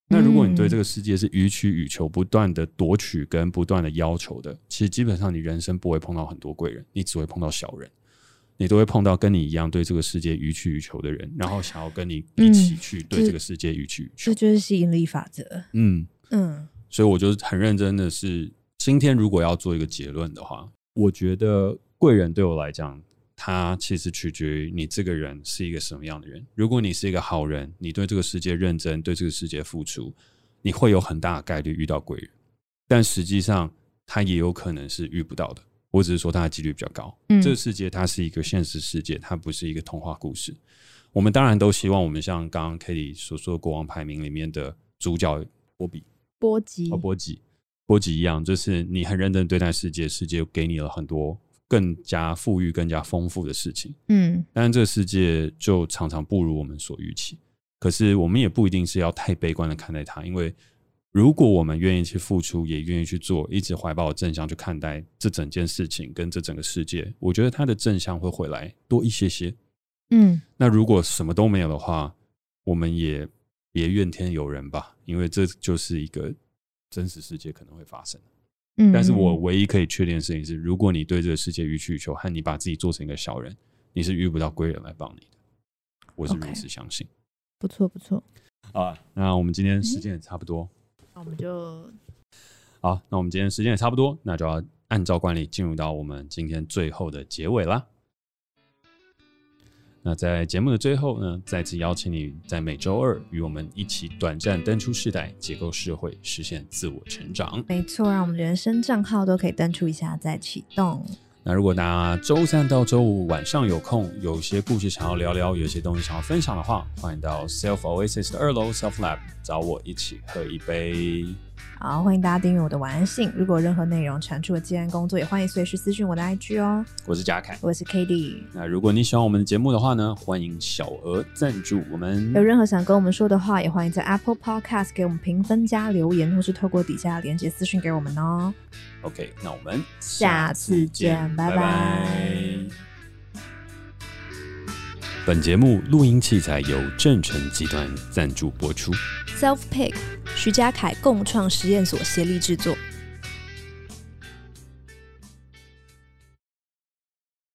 Speaker 1: 那如果你对这个世界是予取予求、不断的夺取跟不断的要求的，其实基本上你人生不会碰到很多贵人，你只会碰到小人，你都会碰到跟你一样对这个世界予取予求的人，然后想要跟你一起去对
Speaker 2: 这
Speaker 1: 这个世界予取予求
Speaker 2: 这。就是吸引力法则。
Speaker 1: 嗯，
Speaker 2: 嗯
Speaker 1: 所以我就很认真的是，今天如果要做一个结论的话，我觉得贵人对我来讲，他其实取决于你这个人是一个什么样的人。如果你是一个好人，你对这个世界认真，对这个世界付出，你会有很大的概率遇到贵人。但实际上，他也有可能是遇不到的。我只是说他的几率比较高。
Speaker 2: 嗯
Speaker 1: 这个世界它是一个现实世界，它不是一个童话故事。我们当然都希望我们像刚刚 k a t i e 所说的国王排名里面的主角波比，
Speaker 2: 波及
Speaker 1: 和哦波及波及一样，就是你很认真对待世界，世界给你了很多更加富裕、更加丰富的事情。
Speaker 2: 嗯
Speaker 1: 但这个世界就常常不如我们所预期。可是我们也不一定是要太悲观的看待它，因为如果我们愿意去付出，也愿意去做，一直怀抱正向去看待这整件事情跟这整个世界，我觉得它的正向会回来多一些些。
Speaker 2: 嗯，
Speaker 1: 那如果什么都没有的话，我们也别怨天尤人吧，因为这就是一个真实世界可能会发生的。
Speaker 2: 嗯
Speaker 1: 但是我唯一可以确定的事情是，如果你对这个世界予取予求，和你把自己做成一个小人，你是遇不到贵人来帮你的。我是如
Speaker 2: OK
Speaker 1: 此相信。
Speaker 2: 不错不错，
Speaker 1: 好啊，那我们今
Speaker 2: 嗯
Speaker 1: 天时间也差不多。
Speaker 2: 那我们就
Speaker 1: 好，那我们今天时间也差不多，那就要按照惯例进入到我们今天最后的结尾啦。那在节目的最后呢，再次邀请你在每周二与我们一起短暂登出世代，解构社会，实现自我成长。
Speaker 2: 没错，让我们的人生账号都可以登出一下再启动。
Speaker 1: 那如果大家周三到周五晚上有空，有一些故事想要聊聊，有一些东西想要分享的话，欢迎到 Self Oasis 的二楼 Self Lab 找我一起喝一杯。
Speaker 2: 好，欢迎大家订阅我的晚安信。如果有任何内容产出的接案工作，也欢迎随时私讯我的 IG 哦。
Speaker 1: 我是贾凯。
Speaker 2: 我是 k d
Speaker 1: 那如果你喜欢我们的节目的话呢，欢迎小额赞助我们
Speaker 2: 有。任何想跟我们说的话，也欢迎在 Apple Podcast 给我们评分加留言，或是透过底下连接私讯给我们哦。
Speaker 1: OK，那我们
Speaker 2: 下次见，拜
Speaker 1: 拜
Speaker 2: 拜。
Speaker 1: 本节目录音器材由正成集团赞助播出。
Speaker 2: Self Pick 徐家凯共创实验所协力制作。